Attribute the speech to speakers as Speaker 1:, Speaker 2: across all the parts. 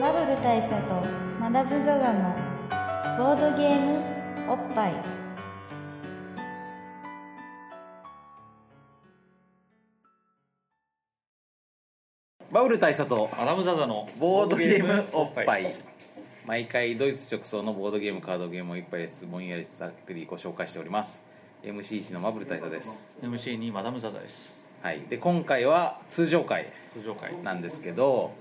Speaker 1: ラブル大佐とマダム・ザ・ザのボードゲームおっぱい
Speaker 2: バブル大佐と
Speaker 3: アダム・ザ・ザの
Speaker 2: ボードゲームおっぱい
Speaker 3: 毎回ドイツ直送のボードゲームカードゲームを一杯ですぼんやりざっくりご紹介しております MC1 のマブル大佐です
Speaker 4: MC にマダム・ザ・ザです
Speaker 3: はいで今回は通常回
Speaker 4: 通常会
Speaker 3: なんですけど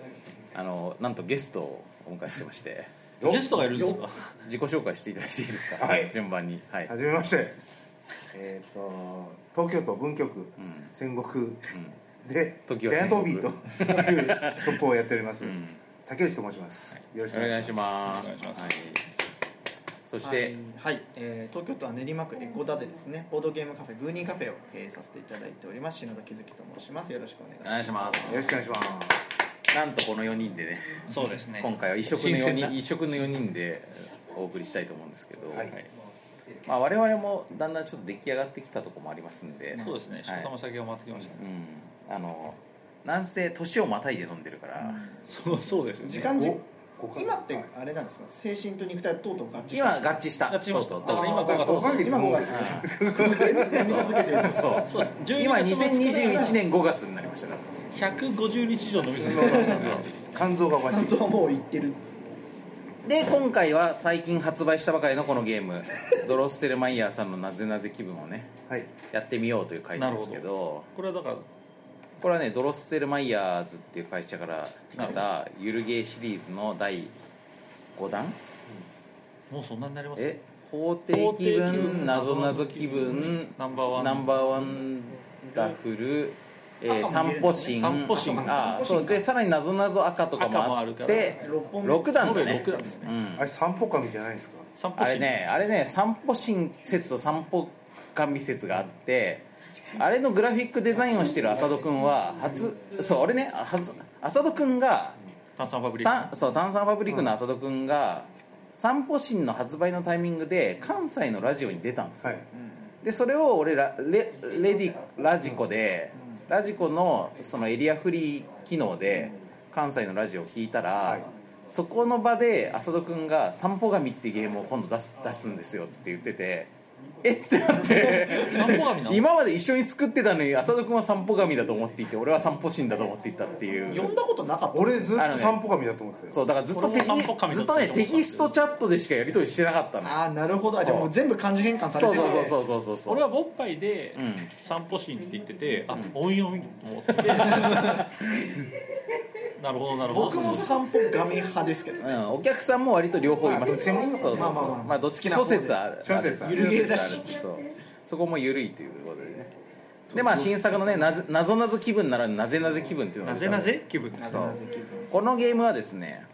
Speaker 3: あのなんとゲストをお迎えしてまして
Speaker 4: ゲストがいるんですか
Speaker 3: 自己紹介していただいていいですか、
Speaker 5: はい
Speaker 3: 順番にはい
Speaker 5: はじめまして。えっ、と東京都文京区、戦国で、
Speaker 3: 時
Speaker 5: ジ
Speaker 3: は
Speaker 5: ャイア
Speaker 3: 戦
Speaker 5: ント
Speaker 3: 国
Speaker 5: ビーというショップをやっております。竹内と申します。よろしく
Speaker 3: お
Speaker 5: お願
Speaker 3: 願
Speaker 5: い
Speaker 3: い
Speaker 5: し
Speaker 3: し
Speaker 5: ま。
Speaker 3: ますはい、そして、
Speaker 6: はい、はいえー東京都は練馬区エコダでですねボードゲームカフェグーニーカフェを経営させていただいております篠田木月と申しますよろしくお願いし
Speaker 3: お
Speaker 6: ま
Speaker 3: 願いしますす
Speaker 5: よろしくお願いします。
Speaker 3: なんとこの4人でね
Speaker 4: そうですね
Speaker 3: 今回は一色の4
Speaker 4: 新鮮な
Speaker 3: 人一色の4人でお送りしたいと思うんですけど、
Speaker 5: はい
Speaker 3: まあ、我々もだんだんちょっと出来上がってきたところもありますんで
Speaker 4: そうですね仕
Speaker 3: はい
Speaker 4: 方も先が回ってきましたね
Speaker 3: うん、あのなんせ年をまたいで飲んでるから、
Speaker 4: そうそうですよね
Speaker 6: す時間軸
Speaker 5: ごご
Speaker 6: 今ってあれなんですか精神と肉体とうとう合致
Speaker 3: 今合致した
Speaker 4: やっちました
Speaker 3: と
Speaker 4: だ
Speaker 3: う
Speaker 4: か
Speaker 3: とう
Speaker 4: ら今
Speaker 6: あー
Speaker 4: 5月
Speaker 5: 5ヶ月
Speaker 6: 今
Speaker 5: も
Speaker 6: 5
Speaker 5: う
Speaker 6: 月飲み続けてい る
Speaker 3: そう
Speaker 4: そうです12
Speaker 3: 今
Speaker 4: 月末
Speaker 3: 2021年5月になりましたから
Speaker 4: 150日以上飲み続けてますよ
Speaker 5: 肝臓がおかし
Speaker 6: 肝
Speaker 5: い。
Speaker 6: 臓はもういってる
Speaker 3: で今回は最近発売したばかりのこのゲームドロッセルマイヤーさんのなぜなぜ気分をね
Speaker 5: はい。
Speaker 3: やってみようという回なんですけ
Speaker 4: な
Speaker 3: ど
Speaker 4: るこれはだから
Speaker 3: これはねドロッセルマイヤーズっていう会社から来たゆるゲーシリーズの第5弾
Speaker 4: もうそんなになります
Speaker 3: え法定気分謎謎気分
Speaker 4: ナンバーワン
Speaker 3: ナンバーワンダフル、えー、
Speaker 6: 赤
Speaker 3: 散
Speaker 6: も入れる
Speaker 3: 歩神
Speaker 4: 散歩神
Speaker 3: あーそうでさらに謎謎赤とか
Speaker 4: 赤
Speaker 3: も
Speaker 4: も
Speaker 3: あ
Speaker 4: あ
Speaker 3: っ
Speaker 4: るから
Speaker 3: て
Speaker 6: 六本
Speaker 3: 6段だ
Speaker 4: 延べ
Speaker 3: ね
Speaker 4: 6段ですね
Speaker 3: うん
Speaker 5: あれ散歩神じゃないですか。
Speaker 4: 散歩
Speaker 3: あ
Speaker 4: し
Speaker 3: れねあれね散歩神説と散歩神説があってあれのグラフィックデザインをしてる浅戸君は初そうあれねあ初浅戸君が
Speaker 4: 炭酸ファブリッ
Speaker 3: たそう炭酸ファブリックの浅戸君が散歩神の発売のタイミングで関西のラジオに出たんですよ
Speaker 5: はい。
Speaker 3: でそれを俺らレレディラジコでラジコのそのエリアフリー機能で関西のラジオを聞いたら、
Speaker 5: い
Speaker 3: そこの場で浅戸君が「散歩神」っていうゲームを今度出す出すんですよっつって言っててえってなって
Speaker 4: 散歩神なの
Speaker 3: 今まで一緒に作ってたのに浅戸君は散歩神だと思っていて俺は散歩神だと思っていたっていう
Speaker 6: 呼んだことなかった
Speaker 5: 俺ずっ
Speaker 3: あの
Speaker 5: と
Speaker 3: ね
Speaker 5: 散歩神だと思ってたよ。
Speaker 3: そうだからずっと
Speaker 4: 俺も
Speaker 3: テキ
Speaker 4: 散歩神
Speaker 3: ず
Speaker 4: だ
Speaker 3: っ
Speaker 4: っ
Speaker 3: と
Speaker 4: た
Speaker 3: ね
Speaker 4: と思った
Speaker 3: テキストチャットでしかやり取りしてなかったの
Speaker 6: ああなるほどあじゃあもう全部漢字変換され
Speaker 3: そう
Speaker 6: てて
Speaker 3: そうそうそうそうそう
Speaker 4: 俺はボッパイで
Speaker 3: うん
Speaker 4: 散歩神って言っててあ音読みと思 ってなるほどなるほど
Speaker 6: 僕も散歩神派ですけど
Speaker 3: うん、お客さんも割と両方います、
Speaker 5: まあどっちもいいのか
Speaker 3: そうそうそう、
Speaker 6: まあまあまあ
Speaker 3: まあどっち諸説はある
Speaker 5: 諸説
Speaker 3: あ
Speaker 5: あ
Speaker 3: る
Speaker 5: る
Speaker 6: ゆるゲーだし
Speaker 3: 諸説あるそうそこも緩いということでねでまあ新作のねなぜなぞなぞ気分ならぬなぜなぜ気分っていうのが
Speaker 4: なぜなぜ気分です
Speaker 3: そう
Speaker 6: なぜ気分
Speaker 3: このゲームはですね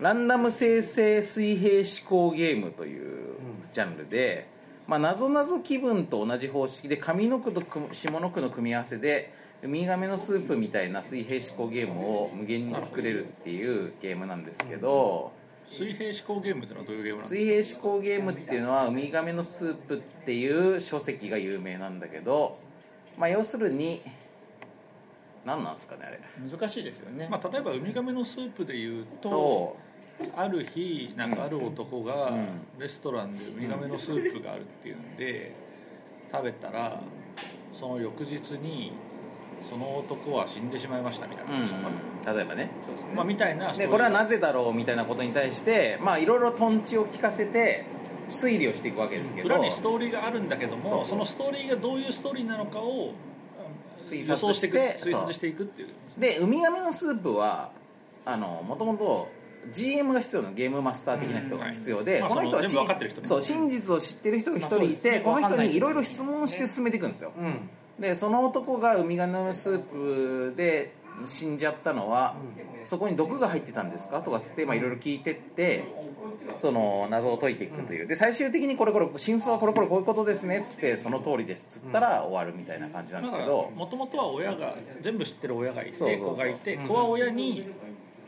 Speaker 3: ランダム生成水平思考ゲームというジャンルで、まあ、謎謎気分と同じ方式で上の句とく下の句の組み合わせでウミガメのスープみたいな水平思考ゲームを無限に作れるっていうゲームなんですけど、
Speaker 4: 水平思考ゲームってのはどういうゲームなんです
Speaker 3: 水平思考ゲームっていうのは「ウミガメのスープ」っていう書籍が有名なんだけど、まあ、要するに何なんですかねあれ
Speaker 6: 難しいですよね
Speaker 4: か、まあ、例えばウミガメのスープでいうと
Speaker 3: と
Speaker 4: ある日なんかある男が
Speaker 3: うん
Speaker 4: レストランでウミガメのスープがあるっていうんで食べたらその翌日にその男は死んでしまいましたみたいな
Speaker 3: うん
Speaker 4: 話、
Speaker 3: 例えばね
Speaker 6: そうですね
Speaker 4: まあ、みたいな
Speaker 3: でこれはな
Speaker 4: ぜ
Speaker 3: ぜだろうみたいなことに対してまあいろいろとんちを聞かせて推理をしていくわけですけど
Speaker 4: 裏にストーリーがあるんだけども
Speaker 3: そう
Speaker 4: そのストーリーがどういうストーリーなのかを
Speaker 3: 推
Speaker 4: 予
Speaker 3: 察
Speaker 4: 想
Speaker 3: し
Speaker 4: して
Speaker 3: て
Speaker 4: いく推
Speaker 3: そ
Speaker 4: 察
Speaker 3: う
Speaker 4: していくっていうことですね
Speaker 3: でウミガメのスープはあのもともと GM が必要なのゲームマスター的な人が必要で、
Speaker 4: うんはい
Speaker 3: この人は
Speaker 4: まあその全部わかってる人ね
Speaker 3: そう真実を知ってる人が一人いて、
Speaker 6: まあそうですね
Speaker 3: この
Speaker 6: わかん
Speaker 3: 人
Speaker 6: ない
Speaker 3: に
Speaker 6: 人
Speaker 3: いろいろ質問して進めていくんですよ、
Speaker 5: うん。
Speaker 3: でその男がウミガメのスープで死んじゃったのは、そこに毒が入ってたんですかとかつってまあいろいろ聞いてってその謎を解いていくという、で最終的にこれこれ真相はこれこれこういうことですねっつってその通りですっつったら終わるみたいな感じなんですけど、
Speaker 4: もともとは親が全部知ってる親がい
Speaker 3: そうそう
Speaker 4: て
Speaker 3: そう
Speaker 4: 子がいて子は親に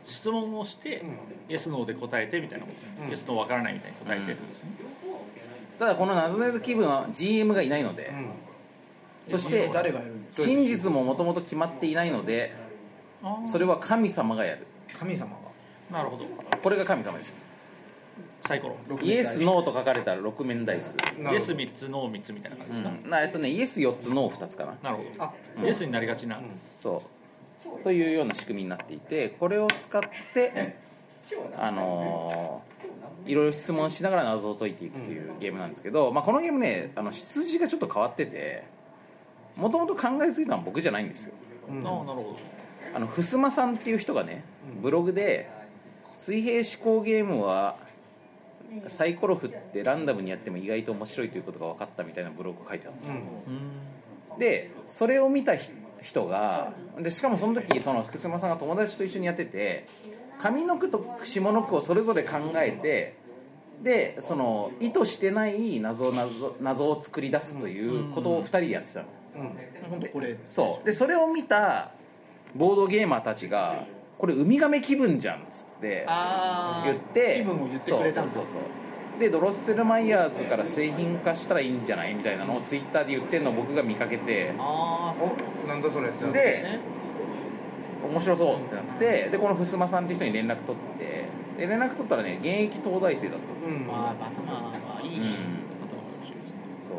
Speaker 4: 質問をしてイエスノーで答えてみたいなことイエスノーわからないみたいに答えてってことですね
Speaker 3: ただこの謎々気分は GM がいないので、そして
Speaker 6: 誰がやるんですか
Speaker 3: 真実ももともと決まっていないので
Speaker 4: あー
Speaker 3: それは神様がやる
Speaker 6: 神様が
Speaker 4: なるほど
Speaker 3: これが神様です
Speaker 4: サイコロ
Speaker 3: イエスノーと書かれたら6面ダイス、
Speaker 5: な
Speaker 4: イエ
Speaker 5: る
Speaker 4: ス
Speaker 5: ほど
Speaker 4: 3つノー3つみたいな感じですか、
Speaker 3: うんなえっとねイエス4つノー2つかな
Speaker 4: なるほど
Speaker 6: あ
Speaker 4: イエスになりがちな、
Speaker 3: そうというような仕組みになっていてこれを使ってあのーいろいろ質問しながら謎を解いていくというゲームなんですけど、まあ、このゲームねあの出自がちょっと変わっててもともと考えついたのは僕じゃないんですよ
Speaker 5: うん
Speaker 4: ああなるほ
Speaker 3: あのふすまさんっていう人がねブログで「水平思考ゲームはサイコロ振ってランダムにやっても意外と面白いということが分かった」みたいなブログを書いてたんですよ
Speaker 4: どうん
Speaker 3: でそれを見たひ人がでしかもその時その福島さんが友達と一緒にやってて上の句と下の句をそれぞれ考えてでその意図してない謎を謎謎を作り出すということを2人でやってたの、
Speaker 6: 本当これ
Speaker 3: そうでそれを見たボードゲーマーたちが「これウミガメ気分じゃん」っつって
Speaker 6: ああ
Speaker 3: 言って
Speaker 6: 気分を言ってくれたんだ
Speaker 3: そうそうそうそうでドロッセルマイヤーズから製品化したらいいんじゃないみたいなのをツイッターで言ってるのを僕が見かけて
Speaker 6: ああそう
Speaker 5: おなんだそれってなって
Speaker 3: で
Speaker 6: ね
Speaker 3: 面白そうってなってでこのふすまさんっていう人に連絡取ってで連絡取ったらね現役東大生だったんです
Speaker 5: う
Speaker 3: よ、
Speaker 5: ん
Speaker 6: まあバトマンはいい、
Speaker 4: 頭が欲しいですね
Speaker 3: そう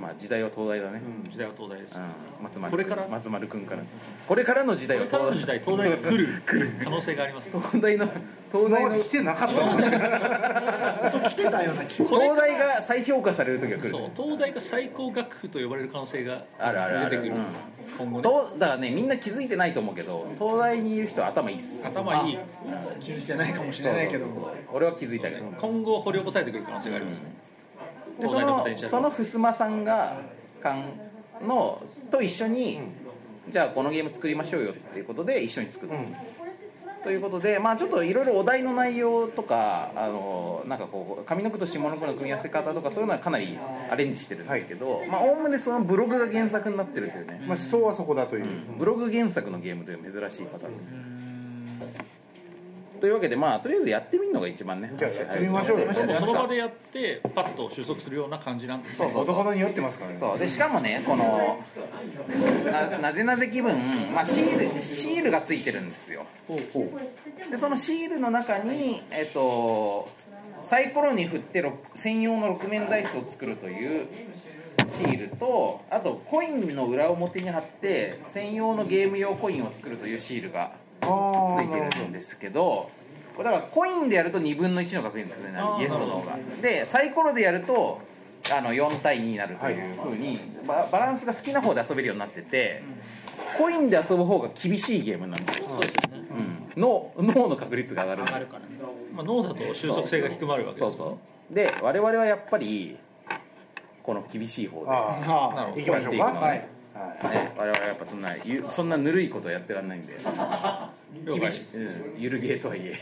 Speaker 3: まあ時代は東大だね、うん
Speaker 4: 時代は東大です、
Speaker 3: 松丸
Speaker 4: これから
Speaker 3: 松丸君からこれからの時代
Speaker 4: こ
Speaker 3: は
Speaker 4: れからの時代東大が来る可能性がありますね
Speaker 3: 東大の東
Speaker 5: 今
Speaker 3: 大
Speaker 5: ま
Speaker 3: の
Speaker 5: で来てなかったもんね
Speaker 6: 来てたような気
Speaker 3: 東大が再評価される時が来る
Speaker 4: そう東大が最高学府と呼ばれる可能性が
Speaker 3: あるあるある
Speaker 4: 出てくる
Speaker 3: うん
Speaker 4: 今後ね
Speaker 3: 東だからねみんな気づいてないと思うけど東大にいる人は頭いいっす
Speaker 4: 頭いい
Speaker 6: 気づいてないかもし
Speaker 3: そ
Speaker 6: れ
Speaker 3: う
Speaker 6: な
Speaker 3: そう
Speaker 6: いけ
Speaker 3: そう
Speaker 6: ども
Speaker 3: 俺は気づいたけど、
Speaker 4: 今後掘り起こされてくる可能性がありますね、
Speaker 3: でそ
Speaker 4: 東大のポ
Speaker 3: の
Speaker 4: テンシャル
Speaker 3: そのふすまさんがかんのと一緒に、じゃあこのゲーム作りましょうよっていうことで一緒に作る、
Speaker 5: ん
Speaker 3: ということでまあちょっといろいろお題の内容とかあのなんかこう上の句と下の句の組み合わせ方とかそういうのはかなりアレンジしてるんですけど、まあおおむねそのブログが原作になってるというね、
Speaker 5: まあ思想はそこだという
Speaker 3: ブログ原作のゲームという珍しいパターンです、というわけでまあとりあえずやってみるのが一番ね
Speaker 5: じゃあやってみましょうよ
Speaker 6: やって
Speaker 4: でも
Speaker 6: みましょ
Speaker 4: そうの場でやってパッと収束するような感じなんです
Speaker 3: そうそう
Speaker 5: ほどほどに酔ってますからね
Speaker 3: そうでしかもねこのななぜなぜ気分、まあ、シールシールがついてるんですよでそのシールの中にえっとサイコロに振ってろく専用の6面ダイスを作るというシールとあとコインの裏表に貼って専用のゲーム用コインを作るというシールが
Speaker 5: あー
Speaker 3: ついてるんですけどこれだからコインでやると2分の1の確率にな
Speaker 4: あー
Speaker 3: るイエスとノーがでサイコロでやるとあの4対2になるというふうに、ババランスが好きな方で遊べるようになってて、コインで遊ぶ方が厳しいゲームなんですよ、
Speaker 4: そうですよね、
Speaker 3: うん、脳脳の確率が上がる
Speaker 6: あるからね
Speaker 4: まあ、脳だと収束性が低まるわけです
Speaker 3: そうそうで我々はやっぱりこの厳しい方で
Speaker 5: あ
Speaker 6: あ
Speaker 4: なるほど
Speaker 5: 行きましょうか
Speaker 3: は
Speaker 6: はいい
Speaker 3: ね、我々はやっぱそんなゆそんなぬるいことやってらんないんで
Speaker 4: 了
Speaker 3: 厳
Speaker 4: 解で
Speaker 3: し
Speaker 4: す
Speaker 3: い、うん、ゆるゲーとはいえ、はい、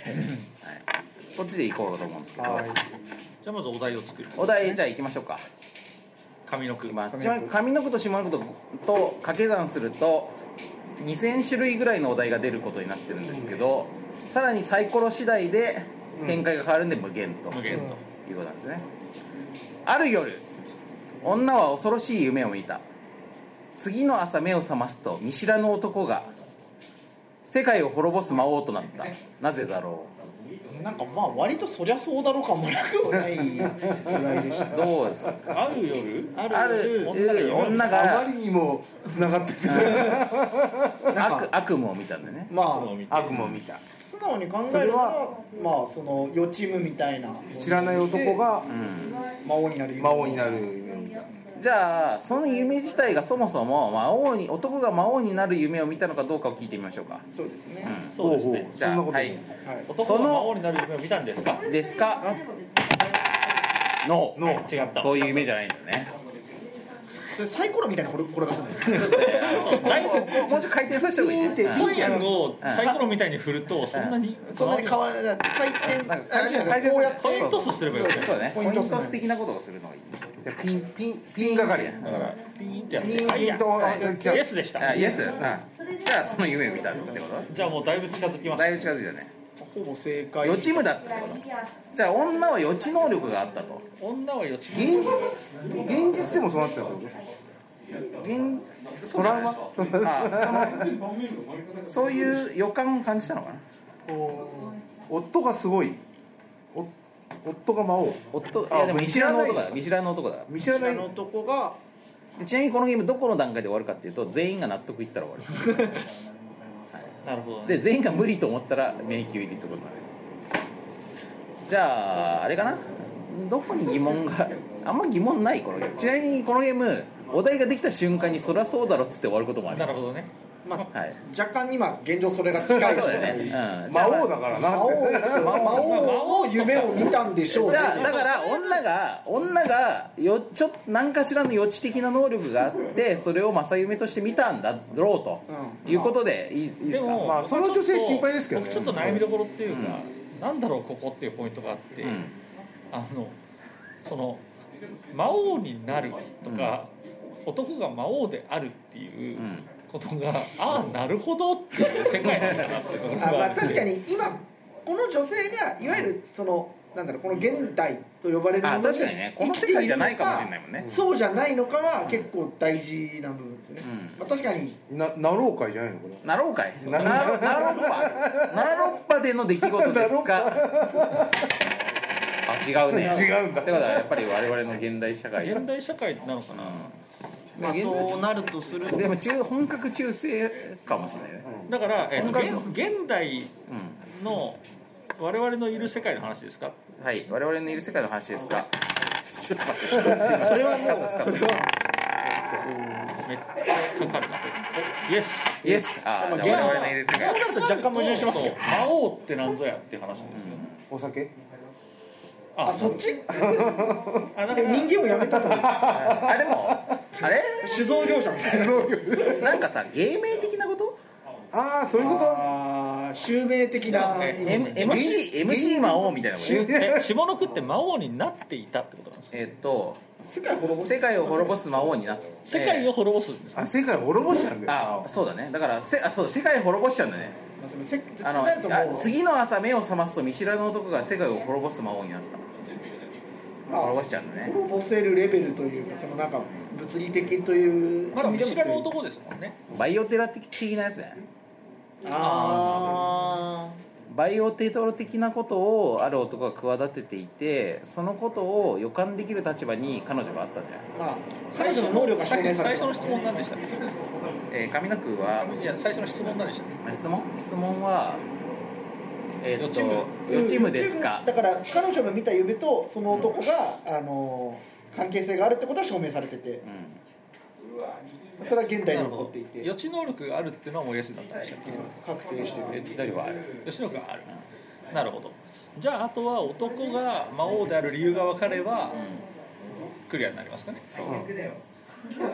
Speaker 3: こっちで行こうと思うんですけ
Speaker 5: あ
Speaker 3: ど
Speaker 5: はい
Speaker 4: じゃあまずお題を作る
Speaker 3: お題じゃあ行きましょうか
Speaker 4: 紙の
Speaker 3: 行
Speaker 4: 句
Speaker 3: きますちなみに上の句と下の句とと掛け算すると2000種類ぐらいのお題が出ることになってるんですけど、さらにサイコロ次第で展開が変わるんで無限と、
Speaker 4: 無限と
Speaker 3: いうことなんですねある夜女は恐ろしい夢を見た次の朝目を覚ますと見知らぬ男が世界を滅ぼす魔王となったなぜだろ
Speaker 6: なんかまあ割とそりゃそうだろうかもなくもないぐらいでした
Speaker 3: うどうですか
Speaker 4: ある夜
Speaker 6: あ
Speaker 3: ある女
Speaker 5: あ
Speaker 3: が
Speaker 5: まりにも繋がって くる
Speaker 6: なんか
Speaker 3: 悪悪夢を見たんだよね
Speaker 6: ま
Speaker 4: を
Speaker 6: あ
Speaker 4: 見て
Speaker 5: 悪夢を見た
Speaker 6: 素直に考えるのはまあその予知夢みたいな
Speaker 5: 知らない男が
Speaker 6: 魔王になる夢
Speaker 5: 魔王になる夢を見た
Speaker 3: じゃあその夢自体がそもそも魔王に男が魔王になる夢を見たのかどうかを聞いてみましょうか
Speaker 6: そうですね、
Speaker 4: そうですね
Speaker 5: おうおう
Speaker 3: じゃあ
Speaker 5: そんなことも
Speaker 3: はい
Speaker 6: はい
Speaker 4: 男が魔王になる夢を見たんですか
Speaker 3: ですかノー
Speaker 5: の
Speaker 4: 違った
Speaker 3: そういう夢じゃないんだよね
Speaker 6: それサイコロみたいなの転転がすんですか
Speaker 4: そう大体
Speaker 3: こうもうちょっと回転させた方がいいねうん
Speaker 4: コインをサイコロみたいに振るとそんなに
Speaker 6: そんなに変わらない回転
Speaker 3: なんか回転
Speaker 6: あじゃあこうやって
Speaker 4: コイントスすればいいわけ
Speaker 3: そうだねポ
Speaker 6: ポイ
Speaker 3: イ
Speaker 6: ン
Speaker 3: ン
Speaker 6: ト
Speaker 3: ト
Speaker 6: ス
Speaker 3: ス的なことをするのがいい
Speaker 5: じゃあピンピンピン係や
Speaker 4: だからピーンってやって
Speaker 5: ピン
Speaker 4: はいい
Speaker 5: ピ
Speaker 4: や
Speaker 5: ンと
Speaker 4: イエスでした
Speaker 3: あイエス、うん、じゃあその夢を見たってこと
Speaker 4: じゃあもうだいぶ近づきまし
Speaker 3: だ
Speaker 4: た
Speaker 3: いぶ近づいたね
Speaker 6: ほぼ正解
Speaker 3: 予知夢だってことじゃあ女は予知能力があったと
Speaker 4: 女は予知
Speaker 5: 現現実でもそうなってたってこ
Speaker 3: 現
Speaker 5: とトラウマ
Speaker 3: あそのそういう予感を感じたのかな
Speaker 6: こ
Speaker 5: 夫がすごいお夫が魔王
Speaker 3: 夫
Speaker 5: あ
Speaker 3: いやでも見
Speaker 5: 見
Speaker 3: 知
Speaker 5: 知
Speaker 3: ら
Speaker 5: ら
Speaker 3: ぬ
Speaker 5: ない
Speaker 3: 男だ見知らぬ男だ
Speaker 5: 見知
Speaker 6: こ
Speaker 5: ら
Speaker 6: ち
Speaker 5: な
Speaker 6: ら
Speaker 5: い
Speaker 6: の男が
Speaker 3: でちなみにこのゲームどこの段階で終わるかっていうと全員が納得いったら終わ
Speaker 4: なるほど
Speaker 3: る
Speaker 4: ね
Speaker 3: で全員が無理と思ったら迷宮入りってことになるんですじゃああれかなどこに疑問があんま疑問ないこのゲームちなみにこのゲームお題ができた瞬間にそりゃそうだろっつって終わることもあり
Speaker 4: な
Speaker 3: ま
Speaker 4: る
Speaker 3: す
Speaker 4: ほどね
Speaker 6: まあ
Speaker 3: はい
Speaker 6: 若干今現状それが
Speaker 3: そ
Speaker 6: 近
Speaker 3: う
Speaker 6: い状
Speaker 3: だよ
Speaker 6: 態
Speaker 3: ね、うん、じゃ
Speaker 5: 魔
Speaker 3: あ
Speaker 5: 王だからな
Speaker 6: 魔王魔王の夢を見たんでしょう
Speaker 3: じゃあだから女が女がよちょっと何かしらの予知的な能力があってそれを正夢として見たんだろうということで、いいいいで
Speaker 4: です
Speaker 3: か
Speaker 4: も、
Speaker 5: まあその女性心配ですけどね
Speaker 4: 僕ちょっと悩みどころっていうか、なんだろうここっていうポイントがあって、
Speaker 3: うん
Speaker 4: あのその魔王になるとか、男が魔王であるっていう
Speaker 3: うん
Speaker 4: ことが、ああなるほどっていう世界なんだなっていうところ
Speaker 6: あ
Speaker 4: が
Speaker 6: ま
Speaker 4: あ
Speaker 6: あ、
Speaker 4: る
Speaker 6: 確かに今この女性がいわゆるそのなんだろうこの現代と呼ばれるもの
Speaker 3: あ確かにねこの世界じゃないかもしれないもんね
Speaker 6: 生きているのかそうじゃないのかは結構大事な部分ですね、
Speaker 3: う
Speaker 6: まあ、確かに
Speaker 5: ななろうかいじゃないのこれ
Speaker 3: なろうかいな
Speaker 5: な
Speaker 3: ろなろっぱなろっぱでの出来事ですかあ違うね
Speaker 5: 違うんだ
Speaker 3: ってことはやっぱり我々の現代社会、うん
Speaker 4: 現代社会なのかな、
Speaker 6: まあ
Speaker 3: 現代
Speaker 6: そうなるとすると
Speaker 3: でも中本格中世かもしれないね、
Speaker 4: だから、えー
Speaker 3: 音楽
Speaker 4: と、現現代の我々のいる世界の話ですか
Speaker 3: うん、はい我々のいる世界の話ですかちょっと待ってそれはもうそれは
Speaker 4: めっちゃかかるなおイエス
Speaker 3: イエスあーじゃあ我々のいる世界
Speaker 4: そうなると若干矛盾しますよ魔王ってなんぞやっていう話ですよね
Speaker 5: お酒
Speaker 6: あそっち
Speaker 4: あだから
Speaker 6: 人間をやめたと
Speaker 3: あでも あれ
Speaker 6: 酒造業者みたいな
Speaker 3: なんかさ芸名的なこと
Speaker 5: ああそういうこ
Speaker 6: あー襲名的な
Speaker 3: M- ?MC MC 魔王みたいなことね
Speaker 4: え下の句って魔王になっていたってことなんですか
Speaker 3: えっと
Speaker 6: 世界滅ぼす
Speaker 3: 世界を滅ぼす魔王になって
Speaker 4: 世界を滅ぼすんです
Speaker 5: と
Speaker 4: か
Speaker 5: あ世界を滅ぼしちゃうんだよ
Speaker 3: あそうだねだからせあそうだ世界を滅ぼしちゃうんだね
Speaker 6: せ
Speaker 3: あの
Speaker 6: となるともう
Speaker 3: あ次の朝目を覚ますと見知らぬ男が世界を滅ぼす魔王になった
Speaker 6: まあ
Speaker 3: 滅ぼしちゃうんだね
Speaker 6: 滅ぼせるレベルというかそのなんか物理的という
Speaker 4: まだ見知らぬ
Speaker 6: あ
Speaker 4: 男ですもんね
Speaker 3: バイオテラ的なやつね
Speaker 6: あ
Speaker 3: バイオテトロ的なことをある男が企てていてそのことを予感できる立場に彼女があったんだよ、
Speaker 6: ーまあ彼女の能力が証明さ
Speaker 4: 最
Speaker 6: れ
Speaker 4: 初
Speaker 6: た
Speaker 4: の質問なんでしたっけ
Speaker 3: えー、上の句はい
Speaker 4: や最初の質問なんでしたっけ
Speaker 3: 質問質問はえー、っ
Speaker 4: 予知夢
Speaker 3: と予知夢ですか
Speaker 6: だから彼女が見た夢とその男が、あの関係性があるってことは証明されててそれは現代に残っていて
Speaker 4: 予知能力があるっていうのはもうイエスだったんでしたっ
Speaker 6: 確定して
Speaker 3: うん
Speaker 6: る
Speaker 3: 予知能力はある
Speaker 4: け予知能力があるなるほどじゃああとは男が魔王である理由が分かればクリアになりますかね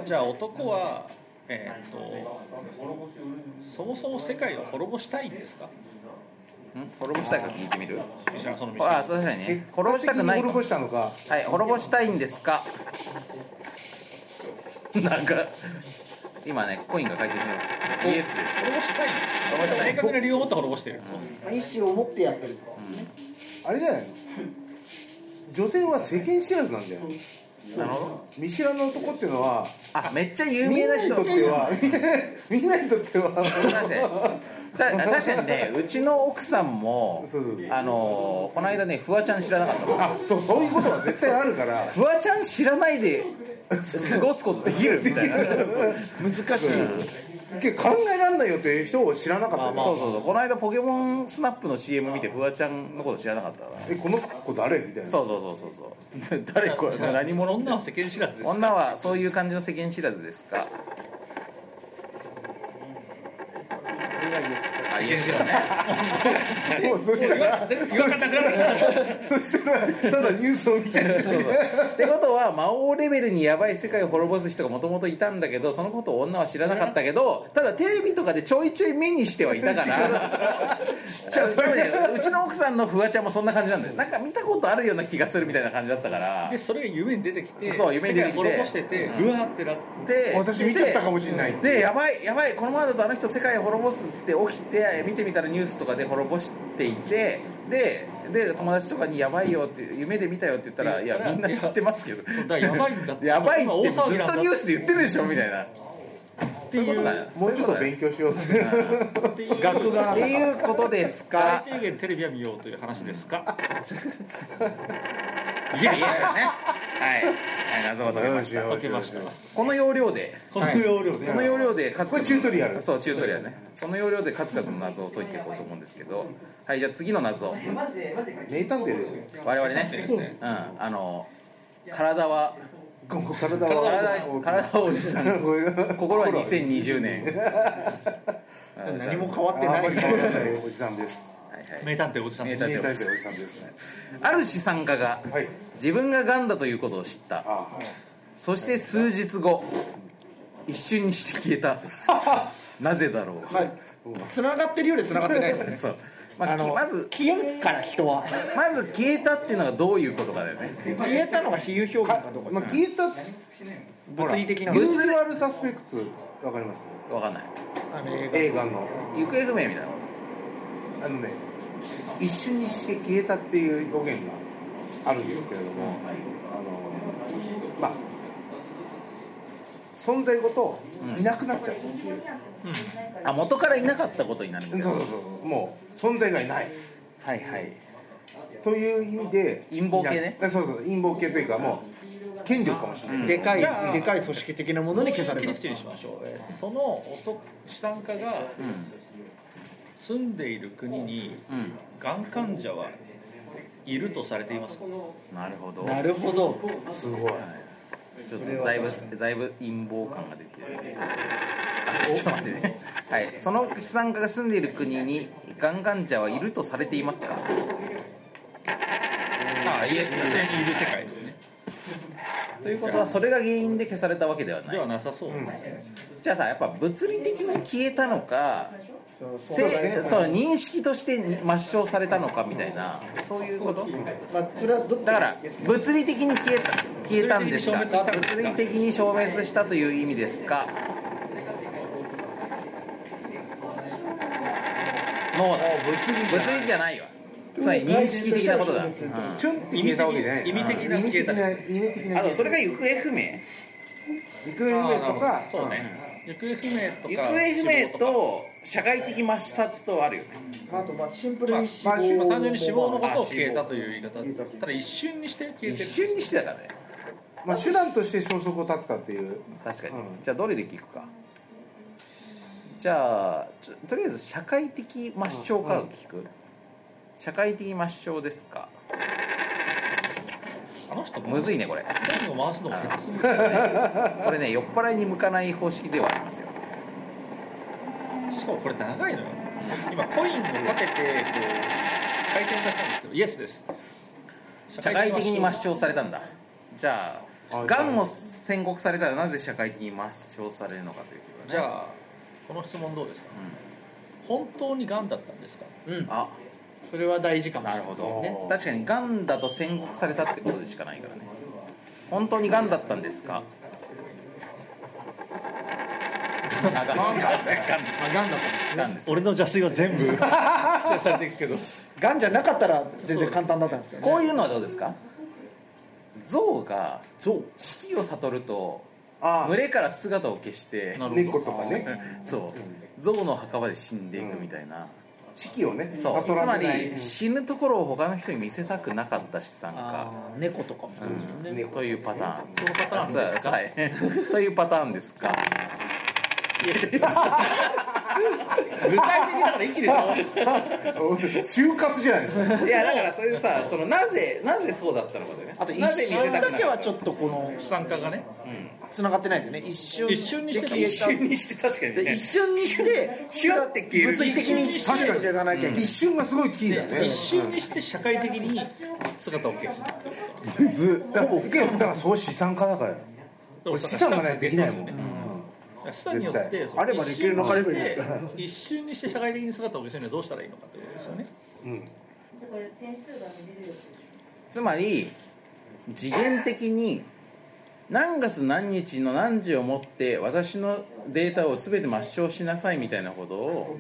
Speaker 4: じゃあ男はえーっとそもそも世界を滅ぼしたいんですか
Speaker 3: ん滅ぼしたいか聞いてみる
Speaker 4: ミシャそのミシ
Speaker 3: ああ
Speaker 4: ャ
Speaker 3: そうだ
Speaker 5: 結
Speaker 3: ね
Speaker 5: 果
Speaker 3: 滅ぼし
Speaker 5: 的
Speaker 3: たく
Speaker 5: に
Speaker 3: ないかも
Speaker 5: 滅ぼしたのか
Speaker 3: はい滅ぼしたいんですか なんか今ねコインが回転しますイエスです
Speaker 4: 滅ぼしたい
Speaker 3: 滅ぼしたい
Speaker 4: 明確な理由を持って滅ぼしてる、
Speaker 6: まあ意思を持ってやってる
Speaker 5: あれじゃないの女性は世間知らずなんだよ
Speaker 3: なるほど
Speaker 5: 見知らぬ男っていうのは
Speaker 3: あめっちゃ有
Speaker 5: み
Speaker 3: 名
Speaker 5: ん
Speaker 3: な
Speaker 5: なに
Speaker 3: 人
Speaker 5: とっては みんなにとっては
Speaker 3: 確かにた確かにねうちの奥さんも
Speaker 5: そうそう
Speaker 3: あのーこの間ねフワちゃん知らなかったもん
Speaker 5: あそうそういうことは絶対あるから
Speaker 3: フワちゃん知らないで過ごすことできるみたいな難しい
Speaker 5: けど考えられないよっていう人を知らなかっ
Speaker 3: そ
Speaker 5: たよ
Speaker 3: う
Speaker 5: ね、
Speaker 3: そうそうこの間ポケモンスナップの CM 見てフワちゃんのこと知らなかったから
Speaker 5: えこの子誰みたいな
Speaker 3: そうそうそうそうそう誰これ何者
Speaker 4: 女は世間知らずです
Speaker 3: 女はそういう感じの世間知らずですかあイエスだね
Speaker 5: もうそしたら
Speaker 4: 違和感なくなってきた
Speaker 5: そしたらただニュースを見てる
Speaker 3: そう そうってことは魔王レベルにやばい世界を滅ぼす人がもともといたんだけどそのことを女は知らなかったけどただテレビとかでちょいちょい目にしてはいたから知っちゃううちの奥さんのフワちゃんもそんな感じなんだよ なんか見たことあるような気がするみたいな感じだったから
Speaker 4: でそれが夢に出てきて
Speaker 3: そう夢に出てきて
Speaker 4: 世界を滅ぼしてて、
Speaker 3: う
Speaker 4: うわーってなって
Speaker 3: で
Speaker 5: 私見ちゃったかもしれない
Speaker 3: でやばいやばいこのままだとあの人世界を滅ぼすっつって起きて見てみたらニュースとかで滅ぼしていてでで友達とかに「やばいよ」って夢で見たよって言ったら「いやみんな知ってますけど
Speaker 4: だからやばいんだって
Speaker 3: やばいって
Speaker 4: そ
Speaker 3: ずっ
Speaker 4: んな大騒ぎなんだ
Speaker 3: とニュース言ってるでしょ」みたいなそういうことだよ
Speaker 5: もうちょっと勉強しようって
Speaker 4: っていう
Speaker 3: 学 がっていうことです
Speaker 4: 最
Speaker 3: か
Speaker 4: 低限テレビは見ようという話ですか、いやいや
Speaker 3: はい、はい、謎が解けました
Speaker 4: 解けました
Speaker 3: この要領で
Speaker 4: こ
Speaker 5: この要領で
Speaker 3: この要領で数々
Speaker 5: これチュートリアル
Speaker 3: そうチュートリアルねこの要領で数々の謎を解いていこうと思うんですけどはいじゃあ次の謎
Speaker 5: 名探偵ですよ
Speaker 3: 我々ね
Speaker 4: ですね
Speaker 3: うんあの体は
Speaker 5: 今後体は
Speaker 3: 体体はおじさん
Speaker 5: これが
Speaker 3: 心は2020年
Speaker 6: 何も変わって
Speaker 5: あんまり変わら
Speaker 6: な
Speaker 5: ないいおじさんです
Speaker 3: はいはい
Speaker 4: 名探偵おじさんです
Speaker 5: 名探偵おじさんですね
Speaker 3: ある資産家が
Speaker 5: はい
Speaker 3: 自分がガンだということを知った
Speaker 5: あはい
Speaker 3: そして数日後一瞬にして消えたなぜだろう
Speaker 6: つながってるようでつながってないですね
Speaker 3: そう、 まあ、
Speaker 6: あ
Speaker 3: き
Speaker 6: の
Speaker 3: まず
Speaker 6: 消えんから人は
Speaker 3: まず消えたっていうのがどういうことかだよね
Speaker 6: 消えたのが比喩表現かどうか
Speaker 5: まあ消えた
Speaker 6: 物理的な
Speaker 5: ユーズアルサスペクツわかります
Speaker 3: わかんない
Speaker 6: あの映
Speaker 5: 映画の
Speaker 3: 行方不明みたいなこ
Speaker 5: あのね一瞬にして消えたっていう表現があるんですけれども、あのまあ存在ごといなくなっちゃうっていう、
Speaker 3: とあ元からいなかったことになるみたいな
Speaker 5: そうそうそうもう存在がいない
Speaker 3: はいはい
Speaker 5: という意味で
Speaker 3: 陰謀系ね
Speaker 5: いなそうそう陰謀系というかもう権力かもしれない、
Speaker 6: 画でかい
Speaker 4: じゃあ
Speaker 6: でかい組織的なものに消され
Speaker 4: 切り
Speaker 6: た
Speaker 4: 口にしましょう、えーその男資産家が住んでいる国に
Speaker 3: うん
Speaker 4: がん患者はいるとされていますか
Speaker 3: なるほど
Speaker 6: なるほど
Speaker 5: すごい
Speaker 3: ちょっとだいぶだいぶ陰謀感が出てるあちょっと待ってねはいその資産家が住んでいる国にガンガンジャはいるとされていますか
Speaker 4: あイエスだねいる世界ですね
Speaker 3: ということはそれが原因で消されたわけではな
Speaker 4: で
Speaker 3: い
Speaker 4: はなさそう、
Speaker 3: じゃあさやっぱ物理的に消えたのか
Speaker 6: そうそう
Speaker 3: せそう認識として抹消されたのかみたいなそういうこと
Speaker 6: まあそれはどっち
Speaker 3: だから
Speaker 6: ですね
Speaker 3: 物理的に消えた消えたんですか
Speaker 4: 物理的に消滅したんですか
Speaker 3: 物理的に消滅したという意味ですかノーだ物理じゃないわつまり認識的なことだ、
Speaker 6: 外人としては消
Speaker 5: チュ
Speaker 6: 滅
Speaker 5: ンって消えたわけじゃない
Speaker 4: 意味的な消えた
Speaker 5: 意味的な意味的
Speaker 3: うん
Speaker 5: な
Speaker 3: あとそれが行方不明
Speaker 5: 行方不明とか
Speaker 4: そうね行方不明と
Speaker 3: 行
Speaker 4: か
Speaker 3: 方不明と社会的抹殺とあるよね
Speaker 6: まああとまあシンプルに死
Speaker 5: まあまあ
Speaker 4: 死
Speaker 6: 亡
Speaker 4: 亡
Speaker 6: も
Speaker 4: 単純に死亡のことを消えた
Speaker 6: あ
Speaker 4: という言い方ただ一瞬にして消えて
Speaker 3: 一
Speaker 4: る
Speaker 3: 瞬にしてたからね
Speaker 5: まあ、手段として消息を絶ったっていう
Speaker 3: 確かに、
Speaker 5: うん
Speaker 3: じゃあどれで聞くかじゃあちょとりあえず社会的抹消から聞く、社会的抹消ですか
Speaker 4: あの人
Speaker 3: むず
Speaker 4: い
Speaker 3: いねこれ
Speaker 4: 何を回すのが下手すぎる
Speaker 3: これね酔っ払いに向かない方式ではありますよ
Speaker 4: しかもこれ長いのよ今コインをかけてこう回転させたんですけどイエスです
Speaker 3: 社会的に抹消されたんだじゃあ
Speaker 5: あ
Speaker 3: がんを宣告されたらなぜ社会的に抹消されるのかということ
Speaker 4: じゃあこの質問どうですか、本当にがんだったんですか
Speaker 3: あ
Speaker 6: それは大事かもしれ
Speaker 3: な
Speaker 6: な
Speaker 3: る
Speaker 6: い
Speaker 3: ほど、
Speaker 5: ね
Speaker 3: 確かにがんだと宣告されたってことでしかないからね本当にがんだったんですかあがんがん
Speaker 6: まあがんだと思
Speaker 3: がんです
Speaker 4: 俺の邪推は全部否定されていくけど
Speaker 6: うがんじゃなかったら全然簡単だったんですけどね
Speaker 3: こういうのはどうですか象が
Speaker 6: そう
Speaker 3: 四季を悟ると
Speaker 5: あ
Speaker 3: 群れから姿を消して
Speaker 5: あ猫とかね
Speaker 3: そう象の墓場で死んでいくみたいな、
Speaker 5: 四季をね
Speaker 3: そうつ
Speaker 5: 悟ら
Speaker 3: ま
Speaker 5: せない
Speaker 3: り死ぬところを他の人に見せたくなかった資産家
Speaker 6: あー猫とかもそうですよね、
Speaker 5: うん猫
Speaker 3: というパターン
Speaker 4: そのパターンですか
Speaker 3: はい というパターンですか
Speaker 4: 具体的だから一気に倒れ
Speaker 5: 就活じゃないですか
Speaker 3: いやだからそれでさそのなぜなぜそうだったのかでね
Speaker 6: あと一
Speaker 3: なぜ見せた
Speaker 6: 瞬
Speaker 3: くな
Speaker 6: だ
Speaker 3: か
Speaker 6: けは
Speaker 3: った
Speaker 6: ちょっとこの
Speaker 4: 資産家がね
Speaker 6: 繋がってないですよね一瞬
Speaker 4: 一瞬にして
Speaker 6: で
Speaker 4: た
Speaker 6: 消え
Speaker 3: 一瞬にして 確かに
Speaker 6: たで
Speaker 3: ね
Speaker 6: 一瞬にして
Speaker 3: シュッて消える
Speaker 6: 物理的に
Speaker 5: 確かに
Speaker 6: 消さなきゃいけない
Speaker 5: 一瞬がすごいキーだね
Speaker 4: 一瞬にして社会的に姿を消す
Speaker 5: ずだからだからそう資産家だからこれ資産がないとできないもん、
Speaker 4: 資産によって
Speaker 5: 絶対
Speaker 4: その
Speaker 6: あればできるのかレベルですから
Speaker 4: 一瞬にして一瞬にして社会的に姿を消すにはどうしたらいいのかってことですよね
Speaker 5: うん、
Speaker 3: つまり次元的に何月何日の何時をもって私のデータを全て抹消しなさいみたいなことを